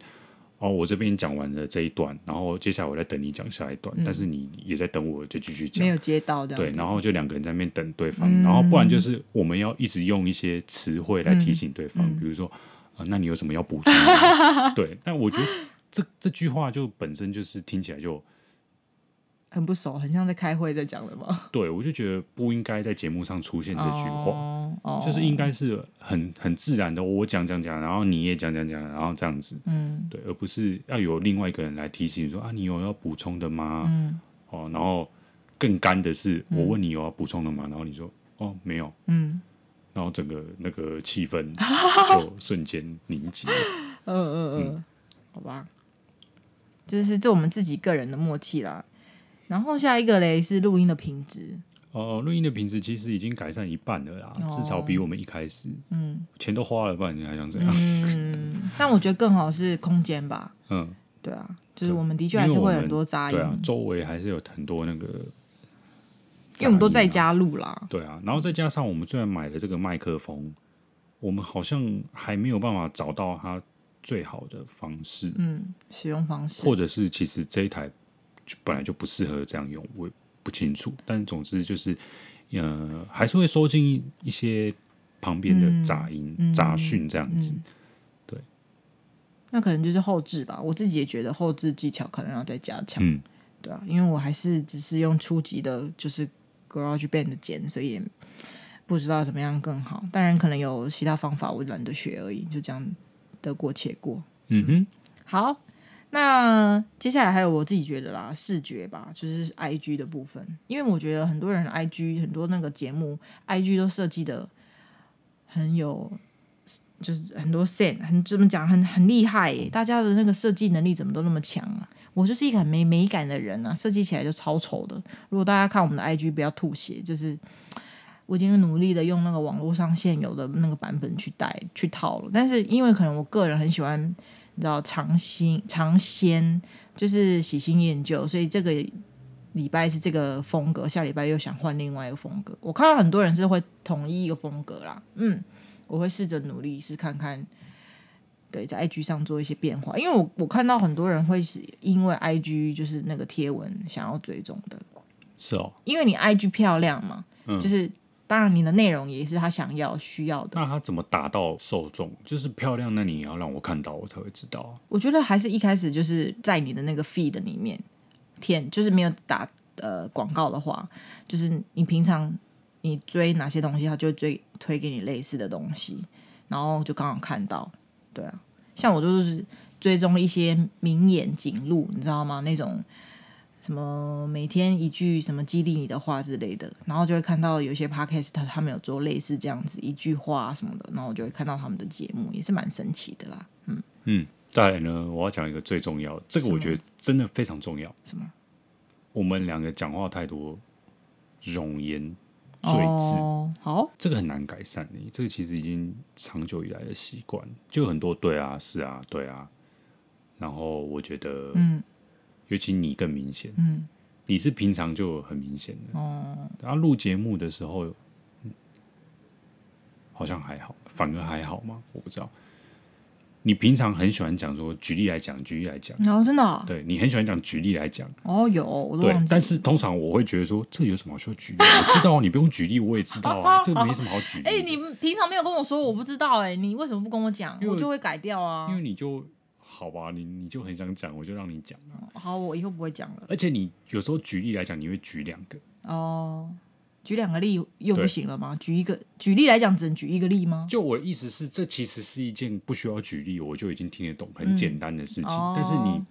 A: 哦，我这边讲完了这一段，然后接下来我再等你讲下一段，
B: 嗯
A: 但是你也在等我，就继续讲
B: 没。有接到这样
A: 对，
B: 子嗯
A: 然后就两个人在那边等对方，然后不然就是我们要一直用一些词汇来
B: 嗯
A: 提醒对方，比如说啊、呃那你有什么要补充的？ 对，但我觉得这这句话就本身就是听起来就
B: 很不熟，很像在开会在讲的嘛。
A: 对我就觉得不应该在节目上出现这句话。
B: 哦，哦
A: 就是应该是很很自然的，我讲讲讲，然后你也讲讲讲，然后这样子，
B: 嗯
A: 对，而不是要有另外一个人来提醒你说啊，你有要补充的吗？
B: 嗯
A: 哦，然后更干的是，我问你有要补充的吗？然后你说哦没有，
B: 嗯
A: 然后整个那个气 氛就瞬间凝结。
B: 嗯嗯嗯，好吧，就是这我们自己个人的默契啦。然后下一个嘞是录音的品质，
A: 哦，录音的品质其实已经改善一半了啦，至少比我们一开始
B: 哦嗯
A: 钱都花了，不然你还想怎样？
B: 嗯，但我觉得更好是空间吧，
A: 嗯，
B: 对啊，就是
A: 对
B: 我们的确还是
A: 因为我
B: 会
A: 们
B: 有很多杂音，
A: 对啊，周围还是有很多那个，
B: 因为我们都在
A: 家。
B: 家录啦，
A: 对啊，然后再加上我们虽然买了这个麦克风，我们好像还没有办法找到它最好的方式，
B: 嗯，使用方式
A: 或者是其实这一台就本来就不适合这样用，我也不清楚。但总之就是，呃，还是会收进一些旁边的杂音、
B: 嗯
A: 杂讯这样子。
B: 那可能就是后置吧，我自己也觉得后置技巧可能要再加强。
A: 嗯
B: 对啊，因为我还是只是用初级的，就是 Garage Band 的剪，所以也不知道怎么样更好。当然，可能有其他方法，我懒得学而已，就这样得过且过。
A: 嗯哼，
B: 好，那接下来还有我自己觉得啦，视觉吧，就是 IG 的部分，因为我觉得很多人 IG 很多那个节目 IG 都设计的很有。就是很多 sen 很怎么讲很很厉害耶，大家的那个设计能力怎么都那么强啊！我就是一个很没美感的人啊，设计起来就超丑的。如果大家看我们的 IG，不要吐血，就是我已经努力的用那个网络上现有的那个版本去带去套了，但是因为可能我个人很喜欢，你知道尝新尝鲜，就是喜新厌旧，所以这个礼拜是这个风格，下礼拜又想换另外一个风格。我看到很多人是会统一一个风格啦，嗯，我会试着努力试看看。对，在 IG 上做一些变化，因为我我看到很多人会是因为 IG 就是那个贴文想要追踪的，
A: 是哦。
B: 因为你 IG 漂亮嘛，
A: 嗯
B: 就是当然你的内容也是他想要需要的。
A: 那它怎么达到受众？就是漂亮，那你也要让我看到，我才会知道啊。
B: 我觉得还是一开始就是在你的那个 feed 里面填，就是没有打呃广告的话，就是你平常你追哪些东西，他就会追推给你类似的东西，然后就刚好看到，对啊，像我就是追踪一些名言警录，你知道吗？那种什么每天一句什么激励你的话之类的，然后就会看到有些 podcast 他他们有做类似这样子一句话什么的，然后我就会看到他们的节目，也是蛮神奇的啦，嗯。
A: 嗯，再来呢，我要讲一个最重要的，这个我觉得真的非常重要。
B: 什么？
A: 我们两个讲话太多，容颜赘字，
B: 哦，好，
A: 这个很难改善的。这个其实已经长久以来的习惯，就很多对啊，是啊，对啊。然后我觉得，
B: 嗯
A: 尤其你更明显，
B: 嗯，
A: 你是平常就很明显的。
B: 哦，
A: 然后录节目的时候，嗯好像还好，反而还好吗？我不知道。你平常很喜欢讲说，举例来讲，举例来讲，
B: 然后真的啊
A: 对你很喜欢讲举例来讲。
B: 哦，有我都
A: 对
B: 忘，记，
A: 但是通常我会觉得说，这有什么好需要举例？我知道啊，你不用举例，我也知道啊，这个没什么好举例的。
B: 哎、你平常没有跟我说，我不知道哎、你为什么不跟我讲？
A: 因为
B: 我就会改掉
A: 因
B: 啊。
A: 为你就好吧，你你就很想讲，我就让你讲啊。
B: 好，我以后不会讲了。
A: 而且你有时候举例来讲，你会举两个，
B: 哦，举两个例又不
A: 对
B: 行了吗？举一个，举例来讲，只能举一个例吗？
A: 就我的意思是，这其实是一件不需要举例，我就已经听得懂
B: 嗯
A: 很简单的事情。
B: 哦
A: 但是你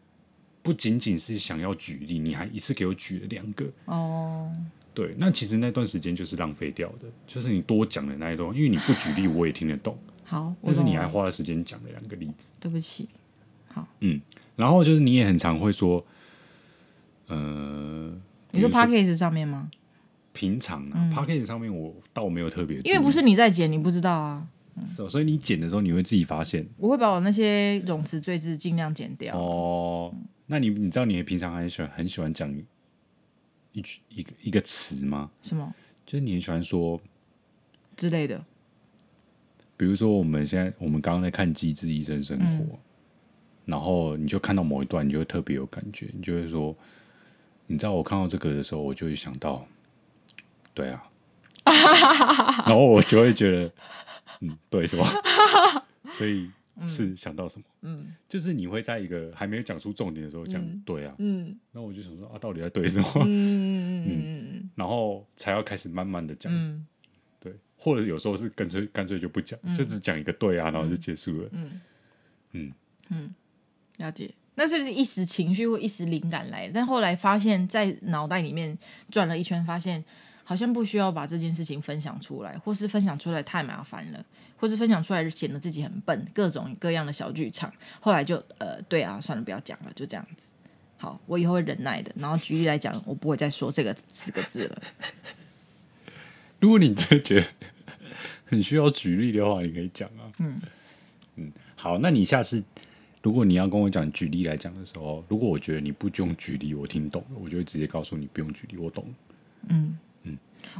A: 不仅仅是想要举例，你还一次给我举了两个，
B: 哦，
A: 对，那其实那段时间就是浪费掉的，就是你多讲的那一段，因为你不举例我也听得懂，
B: 好，我
A: 但是
B: 懂
A: 你还
B: 了
A: 花了时间讲了两个例子。
B: 对不起，
A: 然后就是你也很常会说，呃，
B: 你
A: 比
B: 说
A: 如
B: p a c k a g e 上面吗？
A: 平常啊、
B: 嗯
A: p a c k a g e 上面我倒没有特别注意，
B: 因为不是你在剪，你不知道啊。
A: 是哦、所以你剪的时候你会自己发现
B: 我会把我那些冗词赘字尽量剪掉。
A: 哦哦。那你你知道你平常很喜欢很喜欢讲一句一个一个词吗？
B: 什么
A: 就是你很喜欢说，
B: 之类的，
A: 比如说我们现在我们刚刚在看《机智医生生活》
B: 嗯
A: 然后你就看到某一段，你就会特别有感觉，你就会说，你知道我看到这个的时候，我就会想到，对 啊，然后我就会觉得，嗯，对， 是吧？所以是想到什么？
B: 嗯
A: 就是你会在一个还没有讲出重点的时候讲、
B: 嗯
A: 对啊，
B: 嗯
A: 那我就想说啊，到底在对什么？
B: 嗯嗯嗯
A: 然后才要开始慢慢的讲，
B: 嗯
A: 对，或者有时候是干脆干脆就不讲，
B: 嗯
A: 就只讲一个对啊，然后就结束了。
B: 嗯
A: 嗯
B: 嗯，了解。那是一时情绪或一时灵感来的，但后来发现，在脑袋里面转了一圈，发现好像不需要把这件事情分享出来，或是分享出来太麻烦了，或是分享出来显得自己很笨，各种各样的小剧场。后来就呃，对啊，算了，不要讲了，就这样子。好，我以后会忍耐的。然后举例来讲，我不会再说这个四个字了。
A: 如果你真的觉得很需要举例的话，你可以讲啊。嗯好，那你下次如果你要跟我讲举例来讲的时候，如果我觉得你不用举例，我听懂了，我就会直接告诉你不用举例，我懂了。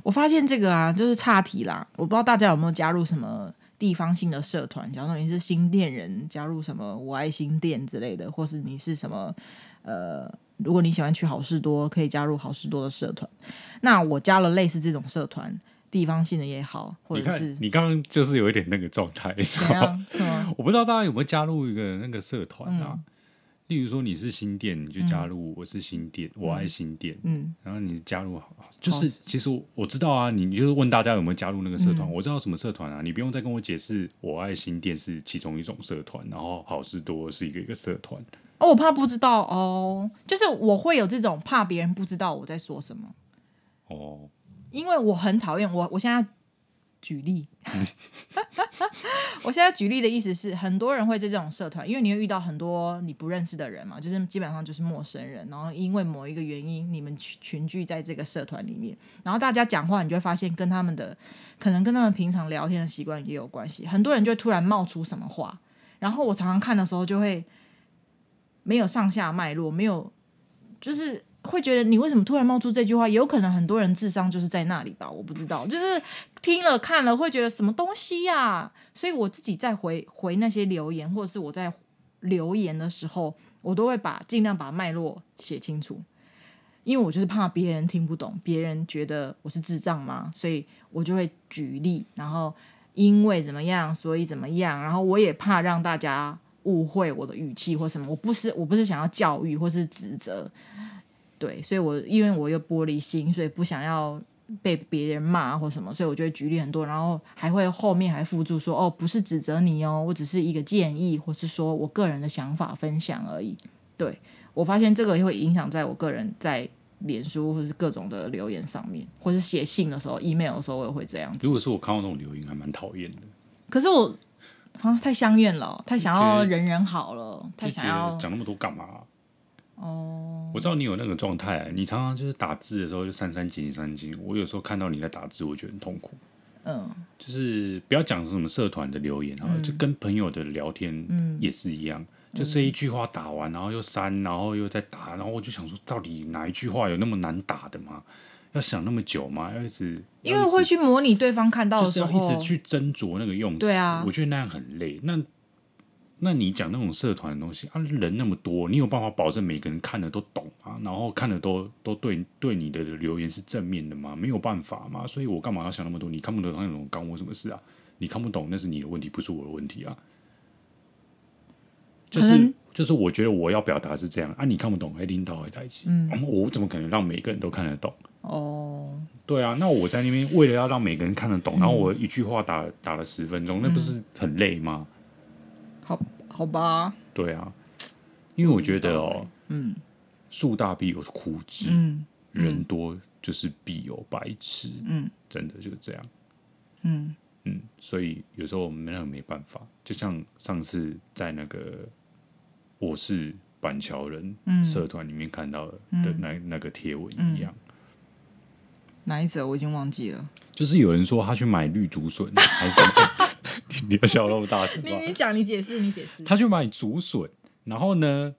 B: 我发现这个啊，就是岔题啦。我不知道大家有没有加入什么地方性的社团，假如说你是新店人，加入什么“我爱新店”之类的，或是你是什么呃，如果你喜欢去好事多，可以加入好事多的社团。那我加了类似这种社团，地方性的也好，或
A: 你
B: 者
A: 看
B: 是，
A: 你刚刚就是有一点那个状态，你知
B: 怎
A: 道吗？
B: 样什 么
A: 我不知道大家有没有加入一个那个社团啊？
B: 嗯
A: 例如说你是新店，你就加入我是新店，我爱新店，
B: 嗯
A: 然后你加入好，
B: 哦
A: 就是其实我我知道啊，你就是问大家有没有加入那个社
B: 嗯
A: 团，我知道什么社团啊，你不用再跟我解释，我爱新店是其中一种社团，然后好事多是一个一个社团，
B: 哦，我怕不知道哦，就是我会有这种怕别人不知道我在说什么。
A: 哦，
B: 因为我很讨厌我，我现在要举例， 我现在举例的意思是，很多人会在这种社团，因为你会遇到很多你不认识的人嘛，就是基本上就是陌生人，然后因为某一个原因，你们群群聚在这个社团里面，然后大家讲话，你就会发现跟他们的可能跟他们平常聊天的习惯也有关系，很多人就会突然冒出什么话，然后我常常看的时候就会没有上下脉络，没有就是会觉得你为什么突然冒出这句话？有可能很多人智商就是在那里吧，我不知道，就是听了看了会觉得什么东西呀、所以我自己在回回那些留言，或者是我在留言的时候，我都会把尽量把脉络写清楚。因为我就是怕别人听不懂，别人觉得我是智障嘛，所以我就会举例，然后因为怎么样，所以怎么样，然后我也怕让大家误会我的语气或什么，我不是我不是想要教育或是指责，对，所以我因为我又玻璃心，所以不想要被别人骂或什么，所以我就会举例很多，然后还会后面还附注说哦，不是指责你哦，我只是一个建议，或是说我个人的想法分享而已。对我发现这个也会影响在我个人在脸书或是各种的留言上面，或是写信的时候、email 的时候，我也会这样子。
A: 如果是我看到那种留言，还蛮讨厌的，
B: 可是我啊，太相怨了哦，太想
A: 就
B: 要
A: 觉得
B: 人人好了，太
A: 就觉
B: 想
A: 得
B: 要
A: 讲那么多干嘛啊、
B: 哦，
A: 我知道你有那个状态、啊你常常就是打字的时候就三三斤三斤，我有时候看到你在打字，我觉得很痛苦。
B: 嗯
A: 就是不要讲什么社团的留言啊，就跟朋友的聊天，
B: 嗯
A: 也是一样。就这一句话打完，然后又删，然后又再打，然后我就想说，到底哪一句话有那么难打的吗？要想那么久吗？要一直，
B: 因
A: 要
B: 为
A: 一直
B: 会去模拟对方看到
A: 就
B: 的
A: 是
B: 时
A: 要
B: 候，
A: 一直去斟酌那个用词。
B: 对啊
A: 我觉得那样很累。那那你讲那种社团的东西啊，人那么多，你有办法保证每个人看的都懂啊，然后看的都都对对你的留言是正面的吗？没有办法嘛，所以我干嘛要想那么多？你看不懂那种干我什么事啊？你看不懂那是你的问题，不是我的问题啊。就
B: 可
A: 是
B: 能
A: 就是，我觉得我要表达是这样啊，你看不懂，哎，领导还在一起，嗯，我怎么可能让每个人都看得懂？
B: 哦，
A: 对啊，那我在那边为了要让每个人看得
B: 嗯
A: 懂，然后我一句话打打了十分钟，那不是很累吗？
B: 好好吧，
A: 对啊，因为我觉得哦，
B: 嗯
A: 树大必有枯枝，
B: 嗯
A: 人多就是必有白痴，
B: 嗯
A: 真的就是这样。
B: 嗯
A: 嗯，所以有时候我们那个没办法，就像上次在那个我是板桥人
B: 嗯
A: 社团里面看到的那、那个贴文一样，
B: 哪一则我已经忘记了。
A: 就是有人说他去买绿竹笋还是什 么，你要笑那么大声
B: 你
A: 吗？
B: 你讲，你解释，你解释。
A: 他去买竹笋，然后呢，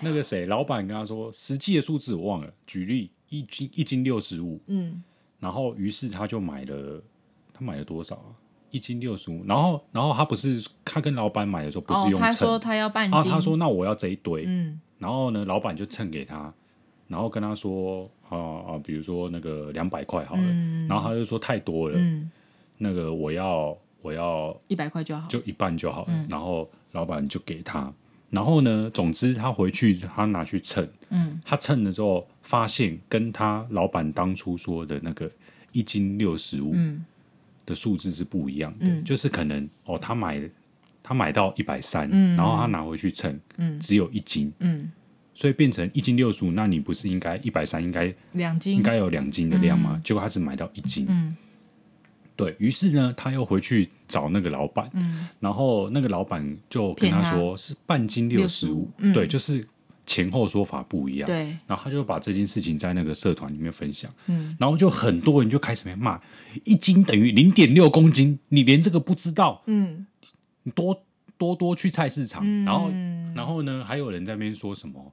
A: 那个谁，老板跟他说，实际的数字我忘了，举例一斤一斤六十五，
B: 嗯，
A: 然后于是他就买了，他买了多少啊？一斤六十五，然后然后他不是他跟老板买的时候不是
B: 哦，
A: 用
B: 他
A: 秤，
B: 说他要半
A: 啊
B: 斤，
A: 他说那我要这一堆，
B: 嗯
A: 然后呢老板就称给他，然后跟他说啊啊，比如说那个两百块好了，
B: 嗯
A: 然后他就说太多了，
B: 嗯，
A: 那个我要我要
B: 一百块就好，嗯
A: 就一半就好了，然后老板就给他，然后呢，总之他回去他拿去称，
B: 嗯
A: 他称了之后发现跟他老板当初说的那个一斤六十五
B: 嗯
A: 的数字是不一样的，
B: 嗯
A: 就是可能哦，他买他买到一百三，
B: 嗯
A: 然后他拿回去称
B: 嗯
A: 只有一斤，
B: 嗯，
A: 所以变成一斤六十五，那你不是应该一百三应该
B: 两斤，
A: 应该有两斤的量吗？结果他只买到一斤，
B: 嗯
A: 对于是呢，他又回去找那个老板，
B: 嗯
A: 然后那个老板就跟他
B: 骗
A: 说是半斤六十
B: 65
A: 五，
B: 嗯
A: 对，就是前后说法不一样。
B: 对，
A: 然后他就把这件事情在那个社团里面分享，
B: 嗯
A: 然后就很多人就开始被骂，一斤等于零点六公斤，你连这个不知道，
B: 嗯
A: 你多多多去菜市场。
B: 嗯
A: 然后，然后呢，还有人在那边说什么，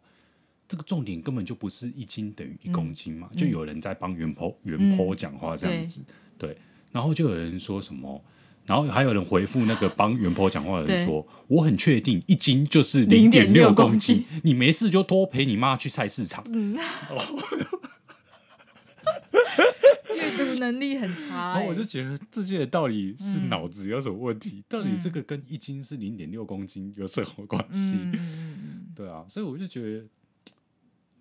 A: 这个重点根本就不是一斤等于一公斤嘛，就有人在帮袁坡袁坡讲话这样子，嗯对。然后就有人说什么。然后还有人回复那个帮袁坡讲话的人说：“我很确定一斤就是零点六
B: 0.6
A: 公
B: 公斤
A: 斤，你没事就多陪你妈去菜市场。”
B: 嗯，
A: 哦
B: 阅读能力很差
A: 然
B: 欸，
A: 哦后我就觉得这些人到底是
B: 嗯
A: 脑子有什么问题？到底这个跟一斤是零点六公斤有什么关系？
B: 嗯嗯
A: 对啊，所以我就觉得，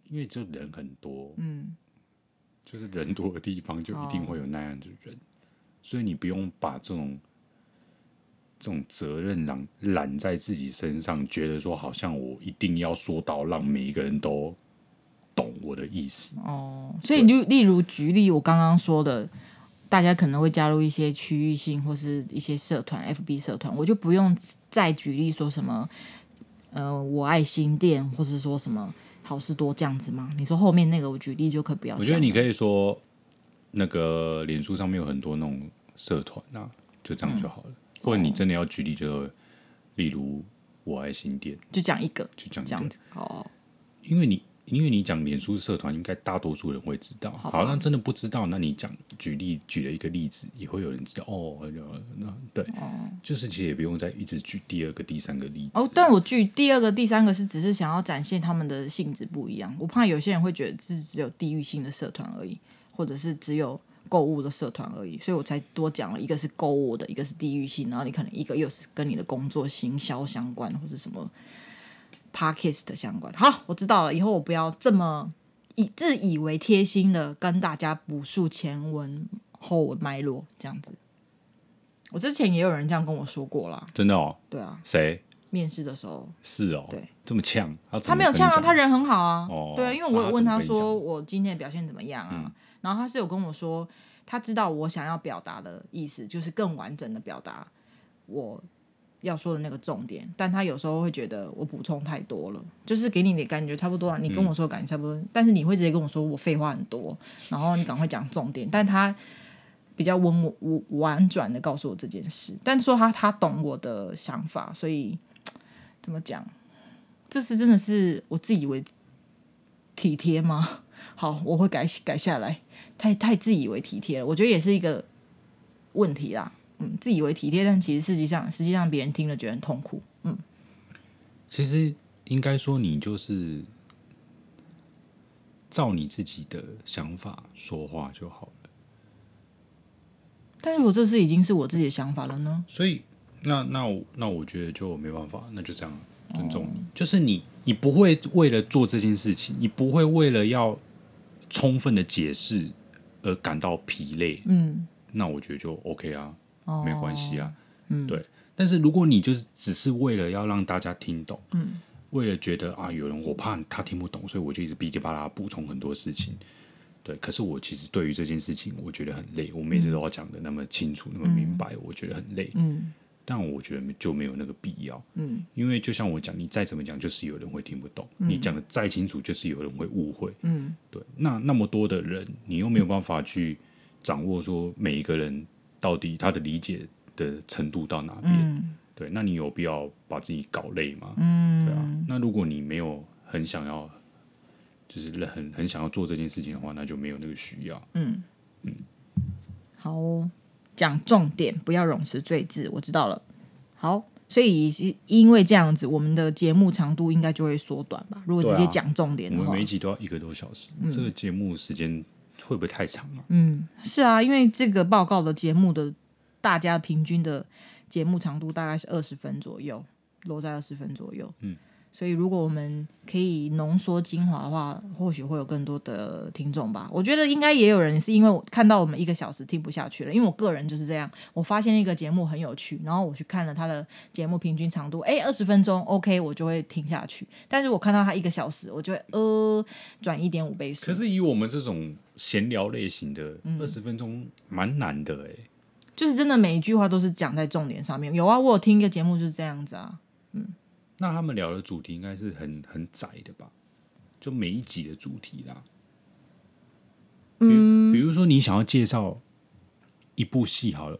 A: 因为就人很多，
B: 嗯
A: 就是人多的地方就一定会有那样的人，所以你不用把这种这种责任揽揽在自己身上，觉得说好像我一定要说到让每一个人都懂我的意思。
B: 嗯哦，所以例例如举例我刚刚说的。大家可能会加入一些区域性或是一些社团，FB 社团，我就不用再举例说什么，呃，我爱新店，或是说什么好事多这样子吗？你说后面那个我举例就可不要讲了。
A: 我觉得你可以说，那个脸书上面有很多那种社团啊，就这样
B: 嗯
A: 就好了。或者
B: 哦
A: 你真的要举例，就例如我爱新店，
B: 就讲一个
A: 就讲
B: 这样
A: 一个，
B: 子。哦，
A: 因为你因为你讲脸书社团，应该大多数人会知道。
B: 好
A: 好
B: 吧
A: 那真的不知道，那你讲举例举了一个例子，也会有人知道哦。那对，就是其实也不用再一直举第二个、第三个例子。
B: 哦，但我据第二个、第三个是只是想要展现他们的性质不一样。我怕有些人会觉得是只有地域性的社团而已，或者是只有购物的社团而已，所以我才多讲了一个是购物的，一个是地域性，然后你可能一个又是跟你的工作行销相关，或者什么 p a r k e s t 相关。好，我知道了，以后我不要这么以自以为贴心的跟大家补述前文后文脉络这样子。我之前也有人这样跟我说过啦，
A: 真的哦，
B: 对啊，
A: 谁
B: 面试的时候。
A: 是哦？
B: 对，
A: 这么呛，他
B: 他
A: 他
B: 没有呛啊，他人很好啊。
A: 哦
B: 对，因
A: 那
B: 为
A: 他
B: 我有问
A: 怎么
B: 他
A: 跟你
B: 说
A: 讲嗯
B: 我今天的表现怎么样啊，然后他是有跟我说，他知道我想要表达的意思，就是更完整的表达我要说的那个重点，但他有时候会觉得我补充太多了，就是给你的感觉差不多啊，你
A: 嗯
B: 跟我说的感觉差不多，但是你会直接跟我说我废话很多，然后你赶快讲重点，但他。比较温婉婉转的告诉我这件事，但说他他懂我的想法，所以怎么讲，这是真的是我自以为体贴吗？ 好，我会改改下来。太太自以为体贴了，我觉得也是一个问题啦。嗯，自以为体贴，但其实实际上实际上别人听了觉得很痛苦。嗯，
A: 其实应该说，你就是照你自己的想法说话就好了。
B: 但是我这次已经是我自己的想法了呢。
A: 所以，那那我那我觉得就没办法，那就这样尊重
B: 嗯
A: 你。就是你，你不会为了做这件事情，你不会为了要充分的解释而感到疲累。
B: 嗯，
A: 那我觉得就 OK 啊，
B: 哦，
A: 没关系啊。
B: 嗯
A: 对。但是如果你就是只是为了要让大家听懂，
B: 嗯，
A: 为了觉得啊，有人我怕他听不懂，所以我就一直哔哩吧啦补充很多事情。对，可是我其实对于这件事情，我觉得很累。我每次都要讲的那么清楚，那么明白，我觉得很累。
B: 嗯
A: 但我觉得就没有那个必要，
B: 嗯
A: 因为就像我讲，你再怎么讲，就是有人会听不懂；你讲的再清楚，就是有人会误会。
B: 嗯
A: 对，那那么多的人，你又没有办法去掌握说每一个人到底他的理解的程度到哪边。
B: 嗯
A: 对，那你有必要把自己搞累吗？对
B: 嗯，
A: 啊，那如果你没有很想要就是很很想要做这件事情的话，那就没有那个需要。
B: 嗯好哦、讲重点，不要冗词赘字。我知道了。好，所以是因为这样子，我们的节目长度应该就会缩短吧？如果直
A: 对
B: 接
A: 啊
B: 讲重点
A: 我
B: 的
A: 们
B: 话，
A: 每一集都要一个多小时，这个节目时间会不会太长啊？
B: 嗯，是啊，因为这个报告的节目的大家平均的节目长度大概是二十分左右，落在二十分左右。
A: 嗯，
B: 所以如果我们可以浓缩精华的话，或许会有更多的听众吧。我觉得应该也有人是因为我看到我们一个小时听不下去了，因为我个人就是这样，我发现一个节目很有趣，然后我去看了他的节目平均长度，哎，二十分钟 OK，我就会听下去。但是我看到他一个小时，我就会呃转一点五倍速
A: 可。是以我们这种闲聊类型的，
B: 嗯
A: 二十分钟蛮难的哎、
B: 就是真的每一句话都是讲在重点上面。有啊，我有听一个节目就是这样子啊，
A: 那他们聊的主题应该是很很窄的吧？就每一集的主题啦。嗯，比如说你想要介绍一部戏好了，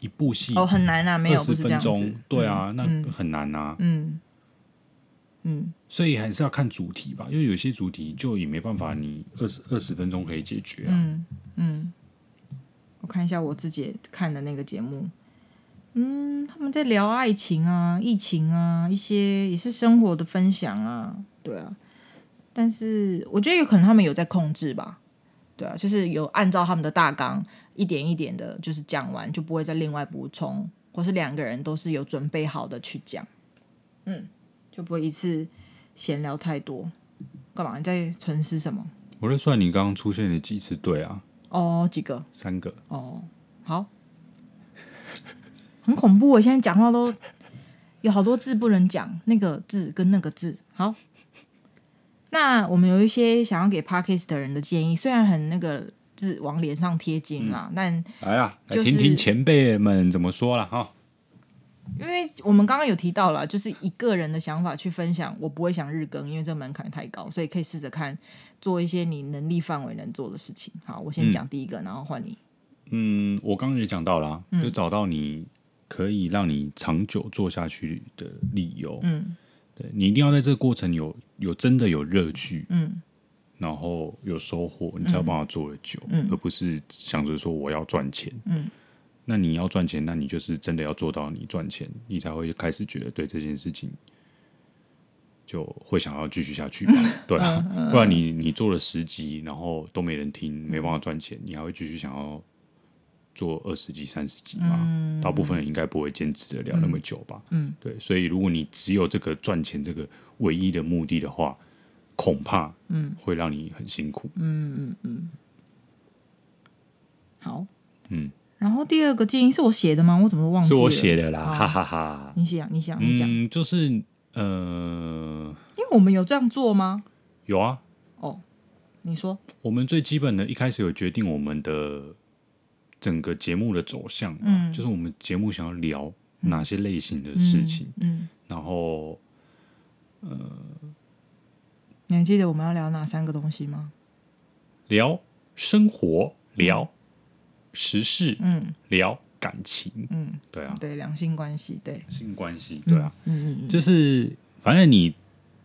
A: 一部戏
B: 哦，很难啊，没
A: 嗯二
B: 有，不
A: 十
B: 是这
A: 分
B: 样
A: 钟
B: 子，，
A: 对啊，
B: 嗯
A: 那很难啊。
B: 嗯嗯
A: 所以还是要看主题吧，因为有些主题就也没办法，你二十二十分钟可以解决啊。
B: 嗯嗯，我看一下我自己看的那个节目，嗯，他们在聊爱情啊、疫情啊，一些也是生活的分享啊，对啊，但是我觉得有可能他们有在控制吧，对啊，就是有按照他们的大纲一点一点的，就是讲完就不会再另外补充，或是两个人都是有准备好的去讲，嗯，就不会一次闲聊太多。干嘛？你在沉思什么？
A: 我在算你刚刚出现了几次对啊，
B: 哦，几个？
A: 三个。
B: 哦，好， 很恐怖。我现在讲话都有好多字不能讲，那个字跟那个字。好，那我们有一些想要给 Parkes 的人的建议，虽然很那个字往脸上贴金啦，但
A: 来啦，来
B: 就是
A: 听听前辈们怎么说了哈。
B: 因为我们刚刚有提到了，就是以个人的想法去分享，我不会想日更，因为这门槛太高，所以可以试着看做一些你能力范围能做的事情。好，我先讲第一个，然后换你。
A: 嗯，我刚刚也讲到啦，
B: 嗯
A: 就找到你可以让你长久做下去的理由。
B: 嗯
A: 对你一定要在这个过程有有真的有乐趣，
B: 嗯
A: 然后有收获，你才有办法做得久，
B: 嗯
A: 而不是想着说我要赚钱。
B: 嗯，
A: 那你要赚钱，那你就是真的要做到你赚钱，你才会开始觉得对这件事情就会想要继续下去吧。
B: 嗯
A: 对啊，不然你你做了十集，然后都没人听，没办法赚钱，你还会继续想要做二十集、三十集吗？大部分人应该不会坚持的了那么久吧。
B: 嗯，
A: 对，所以如果你只有这个赚钱这个唯一的目的的话，恐怕
B: 嗯
A: 会让你很辛苦。
B: 好。
A: 嗯，
B: 然后第二个建议是我写的吗？我怎么都忘记
A: 是
B: 了？
A: 我写的啦，
B: 哦
A: 哈哈哈。
B: 你啊想，你想，你讲，
A: 嗯，就是呃，
B: 因为我们有这样做吗？
A: 有啊，
B: 哦，你说，
A: 我们最基本的一开始有决定我们的整个节目的走向，啊
B: 嗯
A: 就是我们节目想要聊哪些类型的事情，
B: 嗯，
A: 然后
B: 嗯，你还记得我们要聊哪三个东西吗？
A: 聊生活，聊时事，
B: 嗯
A: 聊感情，
B: 嗯，
A: 对啊，
B: 对，两性关系，对，
A: 性关系，对啊，
B: 嗯嗯嗯
A: 就是反正你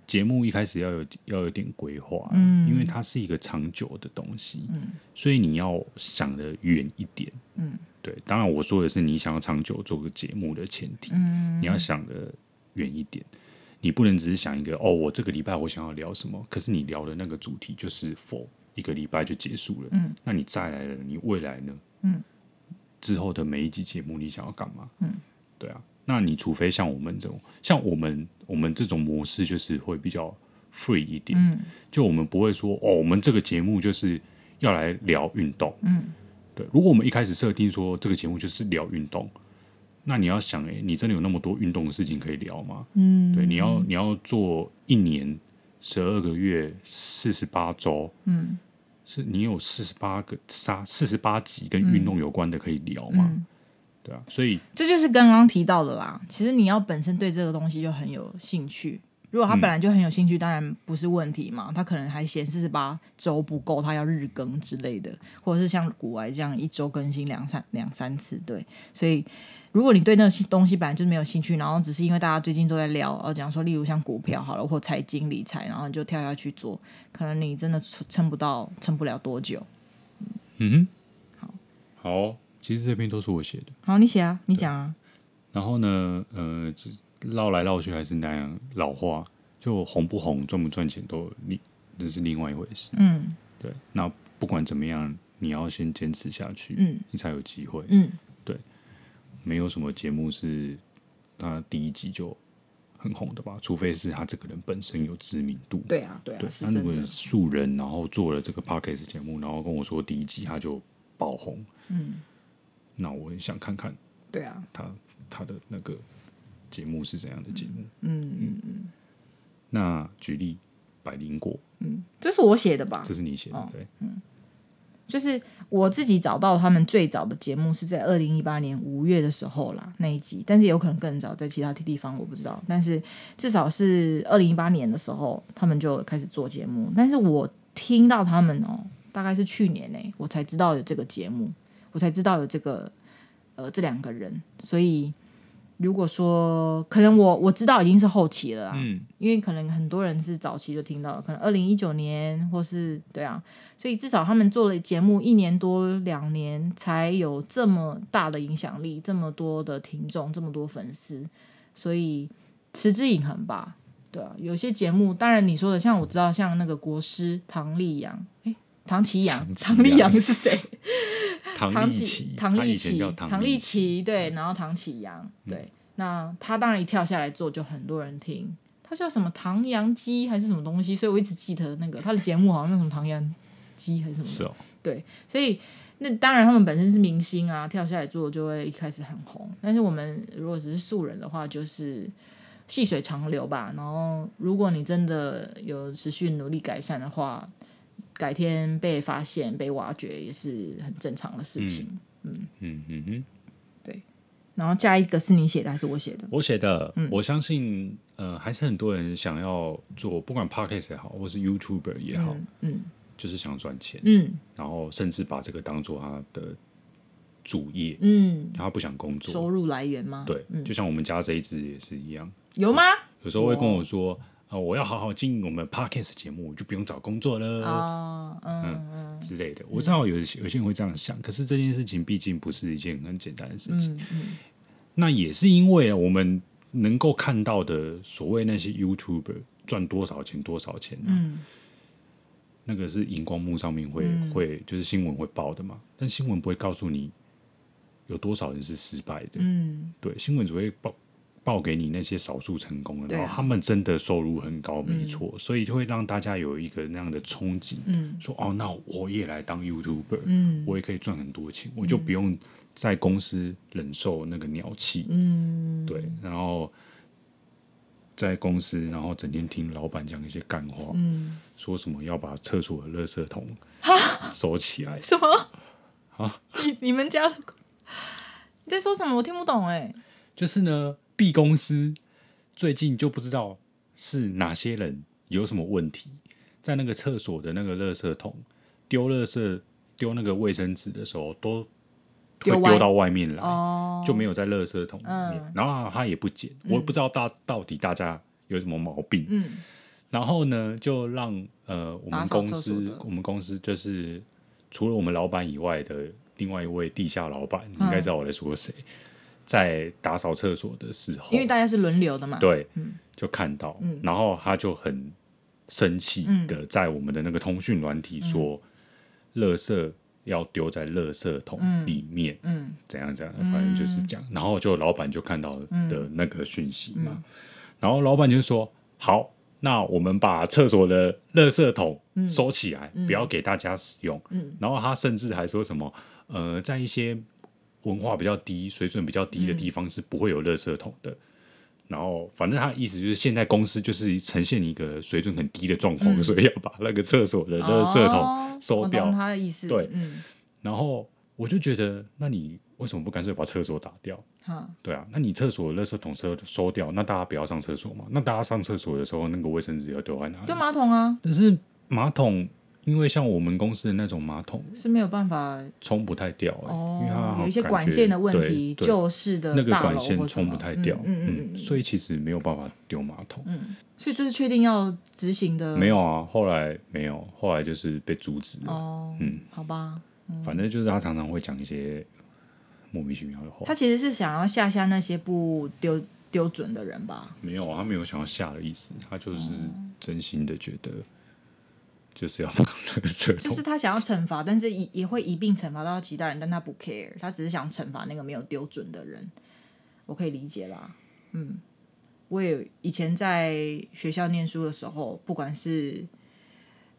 A: 节目一开始要有要有点规划，
B: 嗯
A: 因为它是一个长久的东西，
B: 嗯
A: 所以你要想的远一点。
B: 嗯
A: 对，当然我说的是你想要长久做个节目的前提，
B: 嗯
A: 你要想的远一点，你不能只是想一个哦，我这个礼拜我想要聊什么，可是你聊的那个主题就是否一个礼拜就结束了，
B: 嗯，
A: 那你再来了，你未来呢？
B: 嗯，
A: 之后的每一集节目你想要干嘛？
B: 嗯，
A: 对啊，那你除非像我们这种，像我们我们这种模式就是会比较 free 一点，
B: 嗯
A: 就我们不会说哦，我们这个节目就是要来聊运动。
B: 嗯
A: 对，如果我们一开始设定说这个节目就是聊运动，那你要想，哎、你真的有那么多运动的事情可以聊吗？
B: 嗯，
A: 对，你要你要做一年十二个月四十八周，
B: 嗯
A: 是你有四十八个杀四十八集跟运动有关的可以聊吗？
B: 嗯
A: 对啊，所以
B: 这就是刚刚提到的啦。其实你要本身对这个东西就很有兴趣，如果他本来就很有兴趣，当然不是问题嘛。他可能还嫌四十八周不够，他要日更之类的，或者是像古玩这样一周更新两三两三次，对。所以，如果你对那个东西本来就是没有兴趣，然后只是因为大家最近都在聊，呃，讲说例如像股票好了，或财经理财，然后你就跳下去做，可能你真的撑不到，撑不了多久。
A: 嗯哼，好，好，其实这篇都是我写的。
B: 好，你写啊，你讲啊。
A: 然后呢，呃，就绕来绕去还是那样老话，就红不红、赚不赚钱都另这是另外一回事。
B: 嗯
A: 对，那不管怎么样，你要先坚持下去，
B: 嗯
A: 你才有机会。
B: 嗯，
A: 没有什么节目是他第一集就很红的吧，除非是他这个人本身有知名度。
B: 对啊，对啊，
A: 对，
B: 是
A: 他如
B: 真
A: 果
B: 的。
A: 素人，然后做了这个 podcast 节目，然后跟我说第一集他就爆红，
B: 嗯，
A: 那我很想看看
B: 对啊，
A: 他他的那个节目是怎样的节目。
B: 嗯嗯，
A: 那举例，百灵果，
B: 这是我写的吧？
A: 这是你写
B: 哦
A: 的对？
B: 就是我自己找到他们最早的节目是在二零一八年五月的时候啦，那一集，但是有可能更早，在其他地方我不知道，但是至少是二零一八年的时候，他们就开始做节目。但是我听到他们哦，大概是去年呢、我才知道有这个节目，我才知道有这个呃这两个人，所以。如果说可能我我知道已经是后期了啦，
A: 嗯，
B: 因为可能很多人是早期就听到了，可能二零一九年或是对啊，所以至少他们做了节目一年多两年，才有这么大的影响力，这么多的听众，这么多粉丝，所以持之以恒吧。对啊，有些节目，当然你说的，像我知道，像那个国师唐丽阳，哎，唐奇阳，
A: 唐
B: 唐
A: 奇
B: 丽
A: 阳
B: 阳是谁？
A: 唐
B: 唐
A: 立
B: 启
A: 奇，
B: 唐
A: 他以
B: 立
A: 前
B: 奇
A: 叫，
B: 唐
A: 立嗯
B: 立，奇，对，然后唐启阳，对，那他当然一跳下来做，就很多人听。他叫什么唐扬鸡还是什么东西？所以我一直记得那个他的节目好像叫什么唐扬鸡还是什么
A: 是
B: 的，
A: 哦，
B: 对，所以那当然他们本身是明星啊，跳下来做就会一开始很红。但是我们如果只是素人的话，就是细水长流吧。然后如果你真的有持续努力改善的话，改天被发现、被挖掘也是很正常的事情。
A: 嗯嗯嗯，
B: 然后下一个是你写的还是我写的？
A: 我写的，
B: 嗯
A: 我相信，呃，还是很多人想要做，不管 podcast 也好，或是 YouTuber 也好，
B: 嗯嗯
A: 就是想赚钱，
B: 嗯
A: 然后甚至把这个当做他的主业，
B: 嗯，
A: 他不想工
B: 收
A: 作，
B: 入来源吗？嗯
A: 对，就像我们家这一只也是一样，
B: 有吗？
A: 有时候会跟我说，啊、我要好好经营我们 podcast 节目，我就不用找工作了。
B: 啊、嗯嗯
A: 之类的，我知道有些有些人会这样想，可是这件事情毕竟不是一件很简单的事情。
B: 嗯嗯，
A: 那也是因为我们能够看到的所谓那些 YouTuber 赚多少钱多少钱、啊，
B: 嗯，
A: 那个是荧光幕上面会、
B: 嗯
A: 会就是新闻会报的嘛，但新闻不会告诉你有多少人是失败的，
B: 嗯
A: 对，新闻只会报报给你那些少数成功的，
B: 对啊
A: 然后他们真的收入很高，没错，所以就会让大家有一个那样的憧憬，
B: 嗯
A: 说哦，那我也来当 YouTuber，、
B: 嗯
A: 我也可以赚很多钱，我就不用在公司忍受那个鸟气，
B: 嗯，
A: 对，然后在公司，然后整天听老板讲一些干话，
B: 嗯。
A: 说什么要把厕所的垃圾桶收起来，
B: 什 么？你你们家的狗你在说什么？我听不懂哎、
A: 就是呢，B 公司最近就不知道是哪些人有什么问题，在那个厕所的那个垃圾桶丢垃圾、丢那个卫生纸的时候，都会
B: 丢外
A: 丢到外面来，
B: 哦，
A: 就没有在垃圾桶里面。
B: 嗯
A: 然后他也不捡，我也不知道大到底大家有什么毛病。
B: 嗯
A: 然后呢，就让呃我
B: 打
A: 们
B: 扫
A: 公
B: 厕所
A: 司
B: 的
A: 我们公司就是除了我们老板以外的另外一位地下老板，你应
B: 嗯
A: 该知道我在说谁，在打扫厕所的时候，
B: 因为大家是轮流的嘛。，
A: 对，
B: 嗯
A: 就看到，
B: 嗯
A: 然后他就很生气的在我们的那个通讯软体
B: 嗯
A: 说，垃圾要丢在垃圾桶里面，
B: 嗯
A: 怎样怎样，反正就是这样。然后就老板就看到的那个讯息嘛，然后老板就说：“好，那我们把厕所的垃圾桶收起来，不要给大家使用。”
B: 嗯
A: 然后他甚至还说什么：“呃，在一些文化比较低、水准比较低的地方是不会有垃圾桶的。然后，反正他的意思就是，现在公司就是呈现一个水准很低的状况，所以要把那个厕所的垃圾
B: 哦
A: 桶收
B: 我
A: 掉。
B: 懂他的意思。
A: 对
B: 嗯
A: 然后我就觉得，那你为什么不干脆把厕所打掉？
B: 哈，
A: 对啊，那你厕所的垃圾桶收收掉，那大家不要上厕所嘛？那大家上厕所的时候，那个卫生纸要丢在哪里
B: 丢？马桶啊
A: 但是马桶，因为像我们公司的那种马桶，
B: 是没有办法
A: 冲不太掉、欸因为它好
B: 哦，
A: 像
B: 有一些
A: 感
B: 管
A: 觉
B: 线的问题，
A: 对对
B: 旧式的
A: 那个
B: 大
A: 管
B: 楼
A: 线
B: 或什
A: 冲
B: 么
A: 不太掉，
B: 嗯嗯嗯嗯，
A: 所以其实没有办法丢马桶。
B: 所以这是确定要执行的，
A: 没有啊，后来没有，后来就是被阻止了。
B: 哦，
A: 嗯，
B: 好吧，
A: 反正就是他常常会讲一些莫名其妙的话
B: 他。其实是想要吓吓那些不丢丢准的人吧？
A: 没有啊，他没有想要吓的意思，他就是
B: 哦
A: 真心的觉得就是要把垃圾
B: 就
A: 桶
B: 是他想要惩罚，但是也也会一并惩罚到其他人，但他不 care，他只是想惩罚那个没有丢准的人，我可以理解啦。嗯，我也以前在学校念书的时候，不管是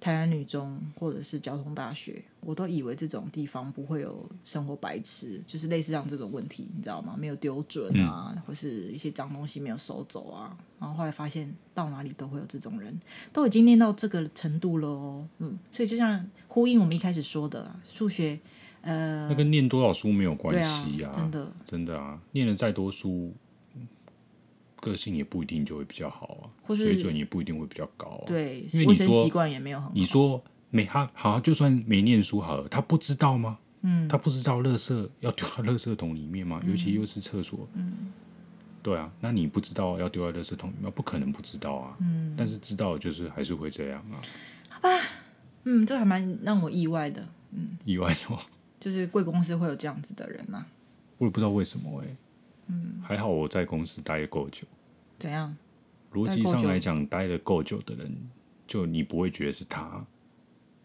B: 台南女中或者是交通大学，我都以为这种地方不会有生活白痴，就是类似像这种问题，你知道吗？没有丢准啊，
A: 嗯
B: 或是一些脏东西没有收走啊。然后后来发现到哪里都会有这种人，都已经练到这个程度了哦。嗯，所以就像呼应我们一开始说的啊，数学，呃，
A: 那跟念多少书没有关
B: 对
A: 系
B: 啊，真的
A: 真的啊，念了再多书，个性也不一定就会比较好啊，
B: 或是
A: 水准也不一定会比较高啊。，
B: 对，
A: 因为
B: 卫
A: 你
B: 生
A: 说
B: 习惯也没有很好。
A: 你说没他好，就算没念书好了，他不知道吗？嗯，他不知道垃圾要丢到垃圾桶里面
B: 嗯
A: 吗？尤其又是厕所，嗯，对啊，那你不知道要丢在垃圾桶里面，不可能不知道啊，嗯，但是知道就是还是会这样啊，
B: 嗯，这还蛮让我意外的，
A: 意外什么？
B: 就是贵公司会有这样子的人啊呐、
A: 我也不知道为什么哎、嗯，还好我在公司待够久，
B: 怎样？
A: 逻辑
B: 待够
A: 上
B: 久
A: 来讲，待的够久的人，就你不会觉得是他。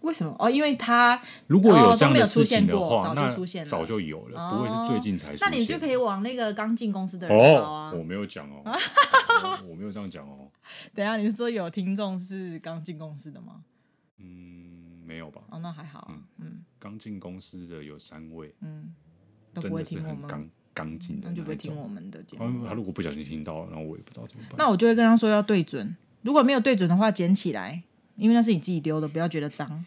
B: 为什么？哦，因为他，
A: 如果
B: 哦
A: 这样
B: 都没
A: 的
B: 有
A: 事情的
B: 出现过
A: 话，
B: 早就
A: 那
B: 出现了
A: 早就有了，不会
B: 哦
A: 是最近才出现。
B: 那你就可以往那个刚进公司的人找
A: 哦
B: 啊。，
A: 我没有讲 哦，我我没有这样讲哦，
B: 等一下，你是说有听众是刚进公司的吗？
A: 嗯，没有吧？
B: 哦，那还好啊，嗯
A: 刚进公司的有三位，
B: 嗯，都
A: 真
B: 不会
A: 的是
B: 听我
A: 很
B: 们，
A: 刚刚进的
B: 那就
A: 那
B: 不会
A: 一
B: 听
A: 种。哦
B: 我们的节
A: 然
B: 目。
A: 后他如果不小心听到，然后我也不知道怎么办。
B: 那我就会跟他说要对准，如果没有对准的话，捡起来，因为那是你自己丢的，不要觉得脏。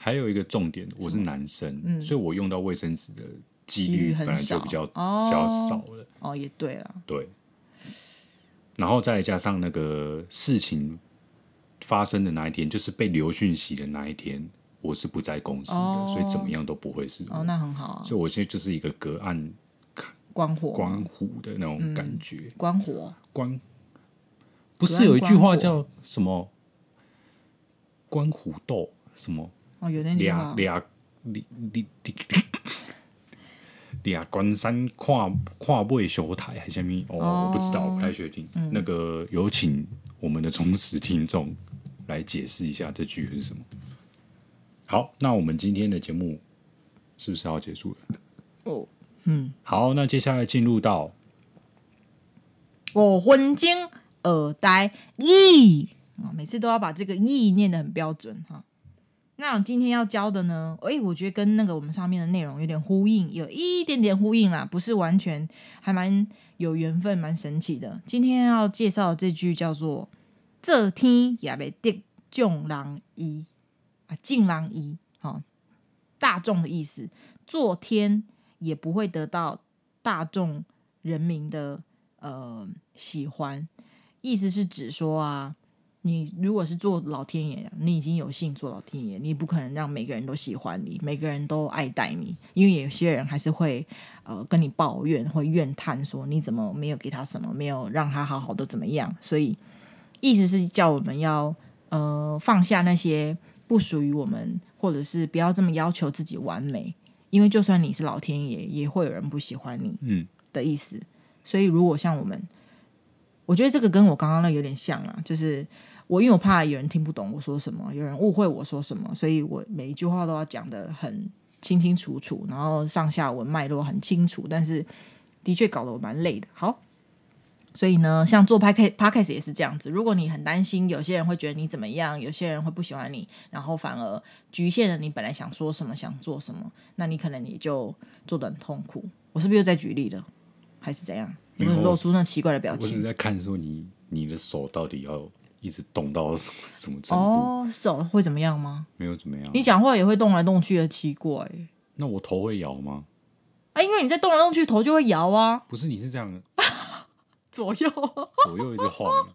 A: 还有一个重点，我是男生，
B: 嗯
A: 所以我用到卫生纸的几
B: 几率
A: 率
B: 很
A: 本来就
B: 少
A: 比较比
B: 哦
A: 较少了。
B: 哦，也对了，
A: 对，然后再加上那个事情发生的那一天，就是被留讯息的那一天，我是不在公司的，
B: 哦
A: 所以怎么样都不会是我。
B: 哦，那很好啊，
A: 所以我现在就是一个隔岸
B: 关火，
A: 观虎的那种感觉，
B: 关火，
A: 观不
B: 嗯隔
A: 是有一句
B: 岸观
A: 话
B: 火
A: 叫什么“观虎斗”什么
B: 哦，有那句
A: 俩
B: 话，
A: 俩你你你俩关山跨跨尾修台还是什么？哦，
B: 哦嗯
A: 我不知道，我不太确定。那个有请我们的忠实听众来解释一下这句是什么。好，那我们今天的节目是不是要结束了？
B: 哦，嗯，
A: 好，那接下来进入到
B: 我魂经耳呆意啊，每次都要把这个意念的很标准哈。那我今天要教的呢，诶、我觉得跟那个我们上面的内容有点呼应，有一点点呼应啦，不是完全，还蛮有缘分，蛮神奇的。今天要介绍的这句叫做“这天也被得众人医啊，敬人医，好、大众的意思，做天也不会得到大众人民的呃喜欢，意思是指说啊，你如果是做老天爷，你已经有幸做老天爷，你不可能让每个人都喜欢你，每个人都爱戴你，因为有些人还是会呃跟你抱怨，会怨叹说你怎么没有给他什么，没有让他好好的怎么样，所以意思是叫我们要呃放下那些不属于我们，或者是不要这么要求自己完美，因为就算你是老天爷，也会有人不喜欢你。
A: 嗯，
B: 的意思。所以如果像我们，我觉得这个跟我刚刚那有点像啊，就是我因为我怕有人听不懂我说什么，有人误会我说什么，所以我每一句话都要讲的很清清楚楚，然后上下文脉络很清楚，但是的确搞得我蛮累的。好。所以呢，像做 p o d c a s t 也是这样子。如果你很担心，有些人会觉得你怎么样，有些人会不喜欢你，然后反而局限了你本来想说什么、想做什么，那你可能也就做的很痛苦。我是不是又在举例了？还是怎样？
A: 没
B: 你
A: 有
B: 会露出那奇怪的表
A: 我只
B: 情
A: 是？在看说你你的手到底要一直动到什么什么程度，
B: 哦哦，手会怎么样吗？
A: 没有怎么样。啊
B: 你讲话也会动来动去的，奇怪。
A: 那我头会摇吗？
B: 啊，因为你在动来动去，头就会摇啊，
A: 不是，你是这样
B: 左右。
A: 左右一直晃，啊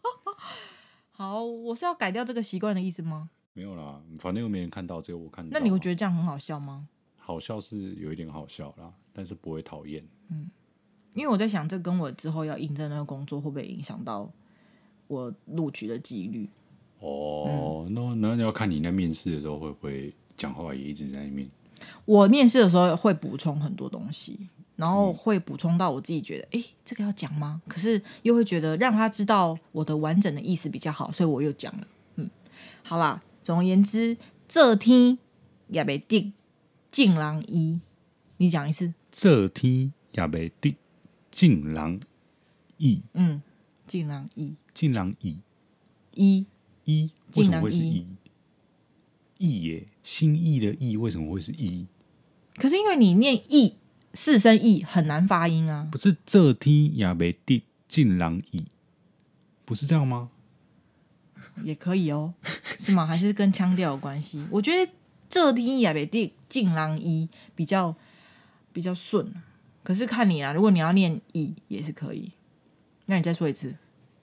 B: 好，我是要改掉这个习惯的意思吗？
A: 没有啦，反正又没人看到，只有我看到。
B: 那你会觉得这样很好笑吗？
A: 好笑是有一点好笑啦，但是不会讨厌。
B: 因为我在想，这跟我之后要应征那个工作会不会影响到我录取的几率？
A: 哦，
B: 嗯
A: 那那要看你在面试的时候会不会讲话也一直在那面。
B: 我面试的时候会补充很多东西，然后会补充到我自己觉得，诶，这个要讲吗？可是又会觉得让他知道我的完整的意思比较好，所以我又讲了。嗯，好啦，总而言之，这天也被定进郎一，你讲一次，
A: 这天也被定进郎一
B: 嗯，进郎一
A: 进郎一
B: 一
A: 一为什么
B: 进
A: 会是
B: 郎一
A: 一？意耶，心意的意为什么会是一？
B: 可是因为你念意四声意很难发音啊，
A: 不是这天也被定进郎一，不是这样吗？
B: 也可以哦，是吗？还是跟腔调有关系？我觉得这听也比定进郎一比较比较顺啊，可是看你啊，如果你要念一也是可以。那你再说一次，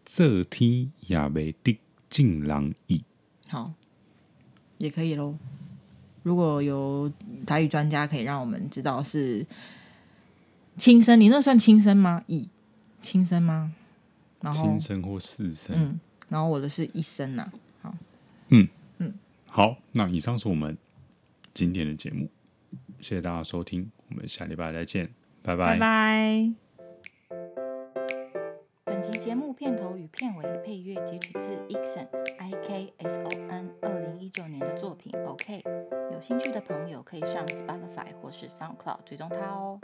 A: 这天也被定进郎一。
B: 好，也可以喽。如果有台语专家可以让我们知道是轻声，你那算轻声吗？一轻声吗？然后
A: 轻声或四声。
B: 嗯，然后我的是一声啊呐、好，
A: 好，那以上是我们今天的节目，谢谢大家收听，我们下礼拜再见，拜拜。
B: 拜拜。本集节目片头与片尾的配乐截取自 Ixon I K S O N 二零一九年的作品 OK。有兴趣的朋友可以上 Spotify 或是 SoundCloud 追踪它哦。